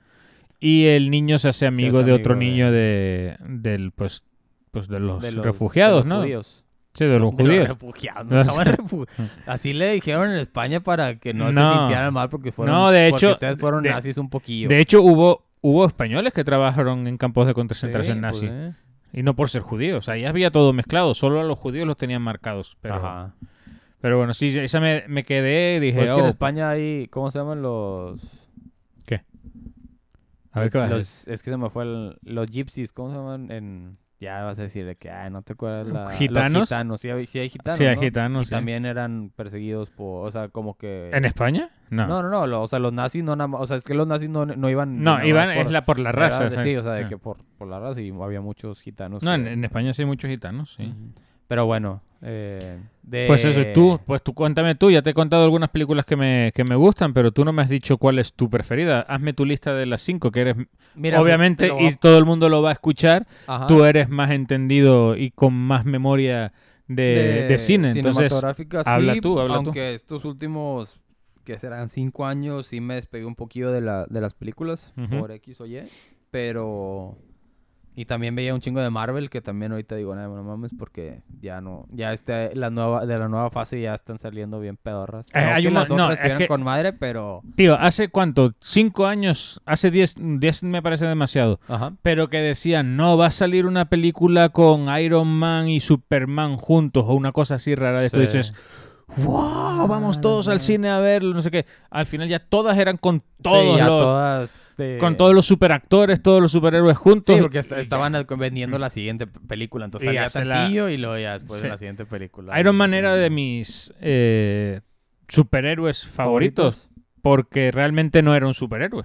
Speaker 2: Y el niño se hace amigo de otro
Speaker 1: amigo de-
Speaker 2: niño de, del, pues, pues de los
Speaker 1: De los- de
Speaker 2: refugiados,
Speaker 1: los
Speaker 2: ¿no?
Speaker 1: judíos.
Speaker 2: Sí,
Speaker 1: De
Speaker 2: de los
Speaker 1: los
Speaker 2: judíos.
Speaker 1: refugiados,
Speaker 2: No
Speaker 1: estaban
Speaker 2: sé.
Speaker 1: refu- Así le dijeron en España para que no,
Speaker 2: No.
Speaker 1: se sintieran mal porque fueron.
Speaker 2: No, de
Speaker 1: porque
Speaker 2: hecho,
Speaker 1: ustedes fueron
Speaker 2: de-
Speaker 1: nazis un poquillo.
Speaker 2: De hecho, hubo, hubo españoles que trabajaron en campos de concentración
Speaker 1: Sí, pues,
Speaker 2: nazi.
Speaker 1: eh.
Speaker 2: Y no por ser judíos. O sea, ya había todo mezclado. Solo a los judíos los tenían marcados. Pero,
Speaker 1: Ajá.
Speaker 2: pero bueno, sí, esa me, me quedé y dije,
Speaker 1: Pues es que en
Speaker 2: "Oh,
Speaker 1: España hay. ¿Cómo se llaman los.?
Speaker 2: a ver qué va a decir".
Speaker 1: los es que se me fue el- los gypsies. ¿Cómo se llaman? En, ya vas a decir de que. Ay, no te acuerdas. la-
Speaker 2: ¿Gitanos?
Speaker 1: Los gitanos. Sí, hay, sí hay gitanos.
Speaker 2: Sí, hay
Speaker 1: ¿no?
Speaker 2: gitanos.
Speaker 1: Y
Speaker 2: sí.
Speaker 1: también eran perseguidos por. O sea, como que.
Speaker 2: ¿En España?
Speaker 1: no, no, no. lo- o sea, los nazis no nada más- O sea, es que los nazis no, no iban.
Speaker 2: No,
Speaker 1: nada más
Speaker 2: iban
Speaker 1: por-
Speaker 2: es la por la raza.
Speaker 1: Era-
Speaker 2: o sea,
Speaker 1: sí, o sea, de
Speaker 2: ah.
Speaker 1: que pues, eh. por, por la raza y había muchos gitanos.
Speaker 2: No,
Speaker 1: que-
Speaker 2: en, en España sí hay muchos gitanos, sí.
Speaker 1: Ujú. Pero bueno, eh, de-
Speaker 2: Pues eso, tú, pues tú cuéntame tú, ya te he contado algunas películas que me, que me gustan, pero tú no me has dicho cuál es tu preferida. Hazme tu lista de las cinco, que eres,
Speaker 1: Mira,
Speaker 2: obviamente,
Speaker 1: te lo voy
Speaker 2: y todo el mundo lo va a escuchar,
Speaker 1: a- Ajá.
Speaker 2: tú eres más entendido y con más memoria de, de cine, entonces...
Speaker 1: cinematográfica, sí,
Speaker 2: habla tú, habla tú.
Speaker 1: aunque estos últimos, que serán cinco años, sí me despegué un poquillo de, la, de las películas
Speaker 2: Ujú.
Speaker 1: por X o Y, pero... Y también veía un chingo de Marvel, que también ahorita digo, "Nah, no mames, porque ya no... Ya este, la nueva, de la nueva fase ya están saliendo bien pedorras.
Speaker 2: Eh, hay
Speaker 1: que
Speaker 2: uno-
Speaker 1: las
Speaker 2: no,
Speaker 1: otras
Speaker 2: es
Speaker 1: estuvieran
Speaker 2: que-
Speaker 1: con madre, pero...
Speaker 2: Tío, ¿hace cuánto? ¿Cinco años? Hace diez, diez me parece demasiado.
Speaker 1: Ajá.
Speaker 2: pero que decían, no, va a salir una película con Iron Man y Superman juntos o una cosa así rara. de esto
Speaker 1: Sí.
Speaker 2: dices, wow, vamos todos al cine a verlo, no sé qué. Al final ya todas eran con todos
Speaker 1: Sí, ya
Speaker 2: los...
Speaker 1: todas de-
Speaker 2: Con todos los superactores, todos los superhéroes juntos.
Speaker 1: Sí, porque est-
Speaker 2: Y ya.
Speaker 1: estaban al- vendiendo la siguiente p- película, entonces
Speaker 2: Y
Speaker 1: salía
Speaker 2: ya se la-
Speaker 1: tantillo y luego ya después
Speaker 2: Sí.
Speaker 1: de la siguiente película.
Speaker 2: Iron
Speaker 1: Y
Speaker 2: Man
Speaker 1: sí,
Speaker 2: era de
Speaker 1: no.
Speaker 2: mis... eh, superhéroes favoritos, porque realmente no era un superhéroe.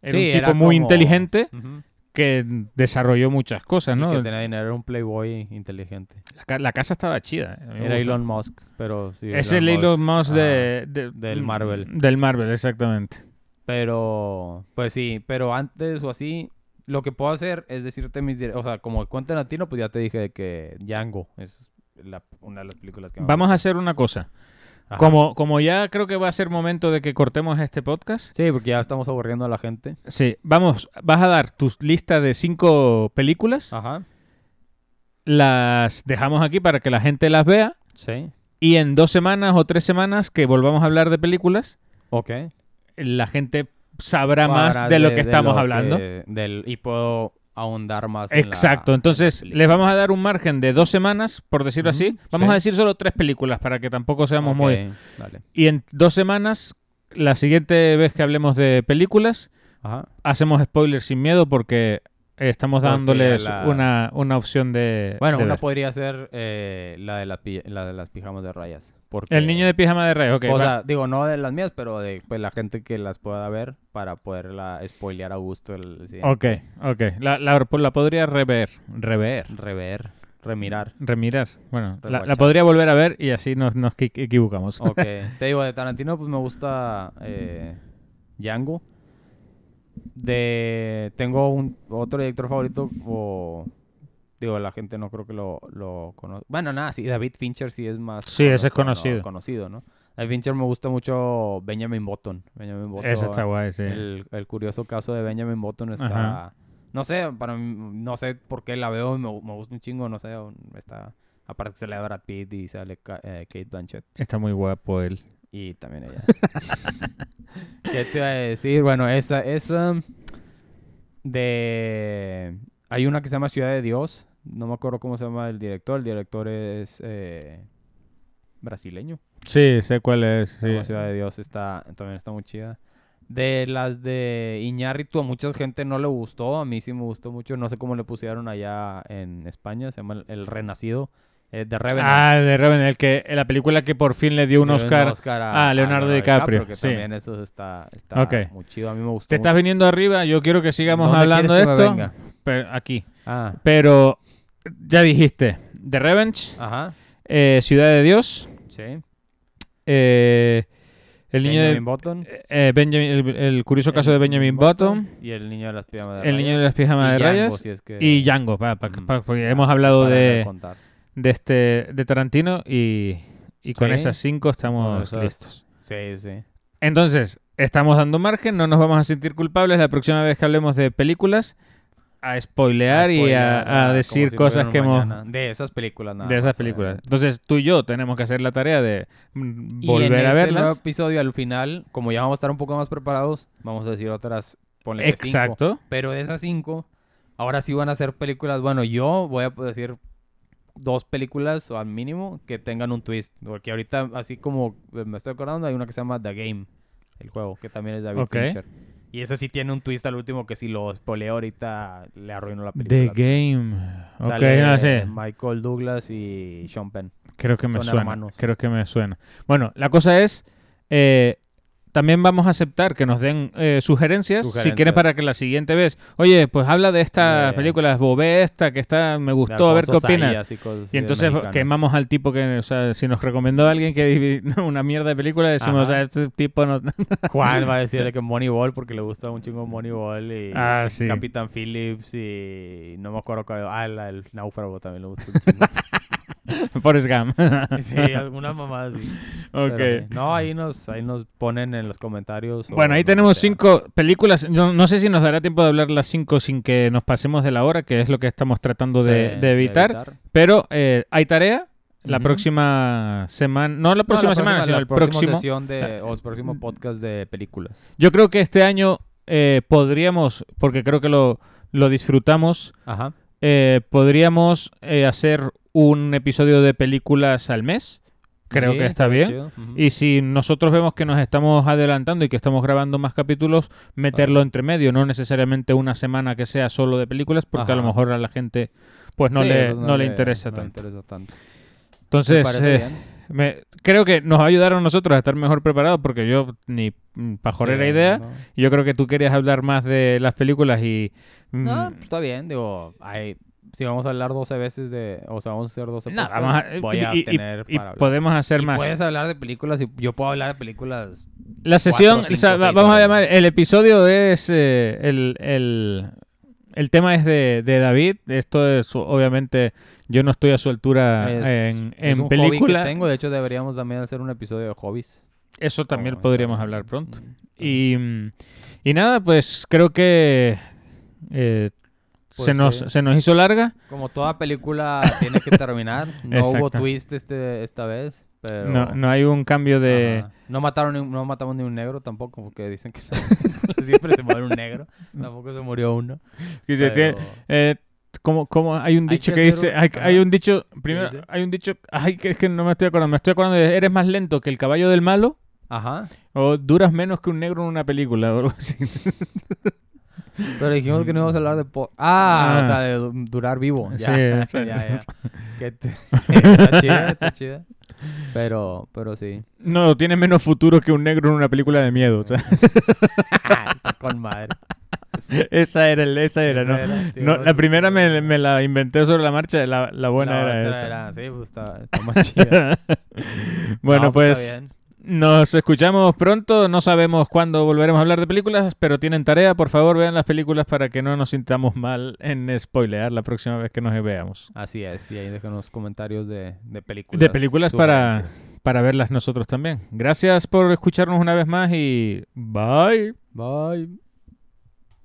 Speaker 2: Era
Speaker 1: Sí,
Speaker 2: un tipo
Speaker 1: era
Speaker 2: muy
Speaker 1: como-
Speaker 2: inteligente
Speaker 1: Ujú.
Speaker 2: que desarrolló muchas cosas,
Speaker 1: Y
Speaker 2: ¿no?
Speaker 1: que tenía dinero, era un playboy inteligente.
Speaker 2: La, ca- la casa estaba chida. eh. A mí me
Speaker 1: Era
Speaker 2: gustó.
Speaker 1: Elon Musk, pero sí.
Speaker 2: Es el Elon Musk
Speaker 1: ah,
Speaker 2: de, de- mm,
Speaker 1: del Marvel.
Speaker 2: Del Marvel, exactamente.
Speaker 1: Pero, pues sí, pero antes o así, lo que puedo hacer es decirte mis... dire- O sea, como cuenta latino, pues ya te dije que Django es la- una de las películas que más me
Speaker 2: Vamos a
Speaker 1: gustan.
Speaker 2: hacer una cosa.
Speaker 1: Ajá.
Speaker 2: Como, como ya creo que va a ser momento de que cortemos este podcast,
Speaker 1: Sí, porque ya estamos aburriendo a la gente.
Speaker 2: sí, vamos, vas a dar tu lista de cinco películas,
Speaker 1: Ajá.
Speaker 2: las dejamos aquí para que la gente las vea
Speaker 1: Sí.
Speaker 2: y en dos semanas o tres semanas que volvamos a hablar de películas,
Speaker 1: Ok.
Speaker 2: la gente sabrá
Speaker 1: Para
Speaker 2: más de lo que estamos
Speaker 1: lo
Speaker 2: hablando.
Speaker 1: que- del, y puedo ahondar más. en la-
Speaker 2: Exacto,
Speaker 1: en la
Speaker 2: entonces
Speaker 1: película.
Speaker 2: les vamos a dar un margen de dos semanas, por decirlo
Speaker 1: Ujú,
Speaker 2: así. Vamos
Speaker 1: sí.
Speaker 2: a decir solo tres películas para que tampoco seamos muy...
Speaker 1: Ok, Dale.
Speaker 2: Y en dos semanas, la siguiente vez que hablemos de películas,
Speaker 1: Ajá.
Speaker 2: hacemos spoilers sin miedo porque eh, estamos
Speaker 1: Porque
Speaker 2: dándoles
Speaker 1: las-
Speaker 2: una, una opción de.
Speaker 1: Bueno,
Speaker 2: de
Speaker 1: una
Speaker 2: ver.
Speaker 1: podría ser eh, la, de las pi- la de las pijamas de rayas. Porque,
Speaker 2: El niño de pijama de rayos, ok.
Speaker 1: o
Speaker 2: va.
Speaker 1: sea, digo, no de las mías, pero de pues, la gente que las pueda ver para poderla spoilear a gusto. El, el siguiente.
Speaker 2: ok, ok. La, la- la podría rever. Rever.
Speaker 1: Rever, remirar.
Speaker 2: Remirar. Bueno, la- la,
Speaker 1: Rewatchar.
Speaker 2: podría volver a ver y así nos, nos equi- equivocamos.
Speaker 1: Ok. Te digo, de Tarantino, pues me gusta eh, Django. De. Tengo un otro director favorito. O. Digo, la gente no creo que lo, lo conozca. Bueno, nada, sí, David Fincher sí es más.
Speaker 2: Sí, ese es
Speaker 1: cono-
Speaker 2: conocido.
Speaker 1: Conocido, ¿no? David Fincher me gusta mucho Benjamin Button. Benjamin Button.
Speaker 2: Esa está guay, sí.
Speaker 1: el, el curioso caso de Benjamin Button está.
Speaker 2: Ajá.
Speaker 1: No sé, para mí, no sé por qué la veo y me, me gusta un chingo, no sé. Está. Aparte que se le da Brad Pitt y sale Ka- eh, Kate Blanchett.
Speaker 2: Está muy guapo él.
Speaker 1: Y también ella. <laughs> ¿Qué te iba a decir? Bueno, esa, esa de... Hay una que se llama Ciudad de Dios. No me acuerdo cómo se llama el director. El director es eh, brasileño.
Speaker 2: Sí, sé cuál es. sí.
Speaker 1: Se llama Ciudad de Dios está, también está muy chida. De las de Iñárritu, a mucha gente no le gustó. A mí sí me gustó mucho. No sé cómo le pusieron allá en España. Se llama El, El Renacido. eh, de Revenant.
Speaker 2: Ah, de Revenant, el que, la película que por fin le dio un
Speaker 1: Le dio
Speaker 2: Oscar.
Speaker 1: a,
Speaker 2: a Leonardo DiCaprio,
Speaker 1: que
Speaker 2: sí.
Speaker 1: también eso está, está
Speaker 2: Ok.
Speaker 1: muy chido. A mí me gustó.
Speaker 2: Te estás
Speaker 1: mucho.
Speaker 2: viniendo arriba, yo quiero que sigamos
Speaker 1: ¿Dónde
Speaker 2: hablando de
Speaker 1: quieres que me
Speaker 2: esto.
Speaker 1: venga?
Speaker 2: pero- aquí.
Speaker 1: Ah,
Speaker 2: Pero ya dijiste, The Revenge,
Speaker 1: ajá.
Speaker 2: eh, Ciudad de Dios,
Speaker 1: Sí.
Speaker 2: eh, El niño
Speaker 1: Benjamin
Speaker 2: de...
Speaker 1: Button.
Speaker 2: eh, Benjamin- el, el curioso caso de Benjamin Button,
Speaker 1: Y el niño de las pijamas de
Speaker 2: El niño de
Speaker 1: rayas.
Speaker 2: las pijamas de
Speaker 1: Y Django,
Speaker 2: rayas
Speaker 1: si es que-
Speaker 2: y Django, pa- pa-
Speaker 1: Ujú.
Speaker 2: pa- porque
Speaker 1: Ah,
Speaker 2: hemos hablado
Speaker 1: para
Speaker 2: de,
Speaker 1: contar.
Speaker 2: de este de Tarantino y, y con
Speaker 1: Sí.
Speaker 2: esas cinco estamos
Speaker 1: Con esas-
Speaker 2: listos.
Speaker 1: Sí, sí.
Speaker 2: Entonces, estamos dando margen, no nos vamos a sentir culpables la próxima vez que hablemos de películas a spoilear, y a-
Speaker 1: Spoilear,
Speaker 2: a,
Speaker 1: ah,
Speaker 2: decir
Speaker 1: como si
Speaker 2: cosas que
Speaker 1: fueran
Speaker 2: hemos...
Speaker 1: mañana. De esas películas, nada
Speaker 2: de esas
Speaker 1: más,
Speaker 2: películas.
Speaker 1: obviamente.
Speaker 2: Entonces tú y yo tenemos que hacer la tarea de mm,
Speaker 1: Y
Speaker 2: volver
Speaker 1: en
Speaker 2: a
Speaker 1: ese nuevo
Speaker 2: verlas.
Speaker 1: episodio, al final, como ya vamos a estar un poco más preparados, vamos a decir otras. Ponle que cinco.
Speaker 2: Exacto.
Speaker 1: Pero de esas cinco, ahora sí van a ser películas. Bueno, yo voy a decir dos películas o al mínimo que tengan un twist. Porque ahorita, así como eh, me estoy acordando, hay una que se llama The Game, el juego, que también es de David
Speaker 2: Ok.
Speaker 1: Fincher. Y esa sí tiene un twist al último que si lo spoileo ahorita le arruino la
Speaker 2: The
Speaker 1: película.
Speaker 2: Game. Ok,
Speaker 1: Sale,
Speaker 2: no
Speaker 1: eh,
Speaker 2: sé.
Speaker 1: Michael Douglas y Sean Penn.
Speaker 2: Creo que me
Speaker 1: son
Speaker 2: suena.
Speaker 1: hermanos.
Speaker 2: Creo que me suena. Bueno, la cosa es. eh, también vamos a aceptar que nos den eh, sugerencias, Si quieres,
Speaker 1: Sugerencias.
Speaker 2: para que la siguiente vez. Oye, pues habla de estas
Speaker 1: De-
Speaker 2: películas. Bobé esta que está. Me
Speaker 1: De
Speaker 2: gustó. A ver qué
Speaker 1: Alfonso
Speaker 2: opinas.
Speaker 1: Sayas Y, cosas así de
Speaker 2: Y entonces
Speaker 1: mexicanas.
Speaker 2: quemamos al tipo que, o sea, si nos recomendó alguien que divi- <laughs> una mierda de película, decimos,
Speaker 1: Ajá.
Speaker 2: "Ah, este tipo no... <laughs>
Speaker 1: Juan va a decirle que Moneyball porque le gusta un chingo Moneyball y
Speaker 2: Ah, sí.
Speaker 1: Capitán Phillips y no me acuerdo cuál. Ah, la del náufrago también le gusta <laughs> un chingo.
Speaker 2: Forrest Gump. <laughs>
Speaker 1: sí, alguna mamada así.
Speaker 2: ok.
Speaker 1: Pero sí. No, ahí nos, ahí nos ponen en los comentarios. o
Speaker 2: Bueno, ahí
Speaker 1: en donde
Speaker 2: tenemos
Speaker 1: sea.
Speaker 2: cinco películas. No, no sé si nos dará tiempo de hablar las cinco sin que nos pasemos de la hora, que es lo que estamos tratando
Speaker 1: Sí,
Speaker 2: de, de evitar. Pero eh, hay tarea. La
Speaker 1: Ujú.
Speaker 2: próxima semana, no la
Speaker 1: No,
Speaker 2: próxima semana, sino
Speaker 1: la
Speaker 2: el
Speaker 1: próxima
Speaker 2: próximo. Ah. Mm.
Speaker 1: sesión de, o el próximo podcast de películas.
Speaker 2: Yo creo que este año eh, podríamos, porque creo que lo, lo disfrutamos,
Speaker 1: Ajá.
Speaker 2: eh, podríamos eh, hacer un episodio de películas al mes. Creo
Speaker 1: Sí,
Speaker 2: que está
Speaker 1: estaría
Speaker 2: bien.
Speaker 1: chido. Ujú.
Speaker 2: Y si nosotros vemos que nos estamos adelantando y que estamos grabando más capítulos, meterlo entre medio, no necesariamente una semana que sea solo de películas, porque a lo
Speaker 1: Ajá.
Speaker 2: mejor a la gente pues no,
Speaker 1: Sí,
Speaker 2: le,
Speaker 1: pues
Speaker 2: no, le interesa
Speaker 1: no le
Speaker 2: tanto.
Speaker 1: interesa tanto. Me
Speaker 2: Entonces,
Speaker 1: parece
Speaker 2: eh,
Speaker 1: bien.
Speaker 2: me- creo que nos ayudaron a nosotros a estar mejor preparados porque yo ni pajorera
Speaker 1: Sí,
Speaker 2: idea.
Speaker 1: no.
Speaker 2: Yo creo que tú querías hablar más de las películas y... mm,
Speaker 1: No, pues, está bien, digo, hay- si vamos a hablar 12 veces de, o sea, vamos a hacer 12
Speaker 2: nada
Speaker 1: podcasts,
Speaker 2: más, eh,
Speaker 1: voy a
Speaker 2: y- y-
Speaker 1: tener
Speaker 2: y
Speaker 1: para hablar.
Speaker 2: podemos
Speaker 1: Y
Speaker 2: hacer
Speaker 1: pues,
Speaker 2: más.
Speaker 1: puedes hablar de películas y yo puedo hablar de películas.
Speaker 2: La sesión,
Speaker 1: Cuatro,
Speaker 2: o sea,
Speaker 1: cinco,
Speaker 2: va-
Speaker 1: seis
Speaker 2: vamos a
Speaker 1: horas.
Speaker 2: llamar, el episodio es eh, el, el, el tema es de, de David. Esto es, obviamente, yo no estoy a su altura
Speaker 1: es-
Speaker 2: Ah, en,
Speaker 1: es
Speaker 2: en
Speaker 1: un hobby que
Speaker 2: película.
Speaker 1: tengo, de hecho deberíamos también hacer un episodio de hobbies.
Speaker 2: Eso también
Speaker 1: Oh,
Speaker 2: podríamos
Speaker 1: está.
Speaker 2: hablar pronto. Y, mm, y nada, pues creo que eh, se,
Speaker 1: Pues,
Speaker 2: nos,
Speaker 1: sí.
Speaker 2: se nos hizo larga.
Speaker 1: Como toda
Speaker 2: <laughs>
Speaker 1: película tiene que terminar, no hubo
Speaker 2: Exacto.
Speaker 1: twist este esta vez, pero
Speaker 2: No, no hay un cambio de...
Speaker 1: Ajá. No mataron ni un- no matamos ni un negro tampoco, porque dicen que <laughs> siempre se muere un
Speaker 2: <laughs>
Speaker 1: negro, tampoco se murió uno.
Speaker 2: que se tiene-
Speaker 1: pero-
Speaker 2: Eh, como, como hay un
Speaker 1: Hay
Speaker 2: dicho
Speaker 1: que
Speaker 2: que,
Speaker 1: hacer
Speaker 2: dice,
Speaker 1: un-
Speaker 2: hay, hay
Speaker 1: ajá.
Speaker 2: un dicho, primero,
Speaker 1: dice?
Speaker 2: hay un dicho, ay, que es que no me estoy acordando, me estoy acordando de eres más lento que el caballo del malo
Speaker 1: Ajá.
Speaker 2: o duras menos que un negro en una película <laughs> o algo así.
Speaker 1: Pero dijimos que no íbamos a hablar de... po- ah,
Speaker 2: Ah.
Speaker 1: o sea, de du- durar vivo. Ya,
Speaker 2: <laughs> Sí,
Speaker 1: ya,
Speaker 2: exacto.
Speaker 1: <laughs> ya. Que
Speaker 2: <laughs>
Speaker 1: te- <laughs> está chida, está chida. Pero, pero
Speaker 2: <laughs>
Speaker 1: sí.
Speaker 2: No, tiene menos futuro que un negro en una película de miedo. o sea, <laughs>
Speaker 1: está con madre.
Speaker 2: esa era, el- esa era,
Speaker 1: Esa
Speaker 2: ¿no?
Speaker 1: era, tío,
Speaker 2: No,
Speaker 1: no,
Speaker 2: la
Speaker 1: sí,
Speaker 2: primera
Speaker 1: sí,
Speaker 2: me,
Speaker 1: sí.
Speaker 2: me la inventé sobre la marcha, la, la buena
Speaker 1: La
Speaker 2: era
Speaker 1: otra
Speaker 2: esa.
Speaker 1: era- sí, pues está, está más chida.
Speaker 2: <laughs> bueno,
Speaker 1: No,
Speaker 2: pues...
Speaker 1: está bien.
Speaker 2: Nos escuchamos pronto, no sabemos cuándo volveremos a hablar de películas, pero tienen tarea, por favor vean las películas para que no nos sintamos mal en spoilear la próxima vez que nos veamos.
Speaker 1: Así es, y ahí dejan los comentarios de, de películas.
Speaker 2: De películas para-
Speaker 1: sugerencias.
Speaker 2: Para verlas nosotros también. Gracias por escucharnos una vez más y bye.
Speaker 1: Bye.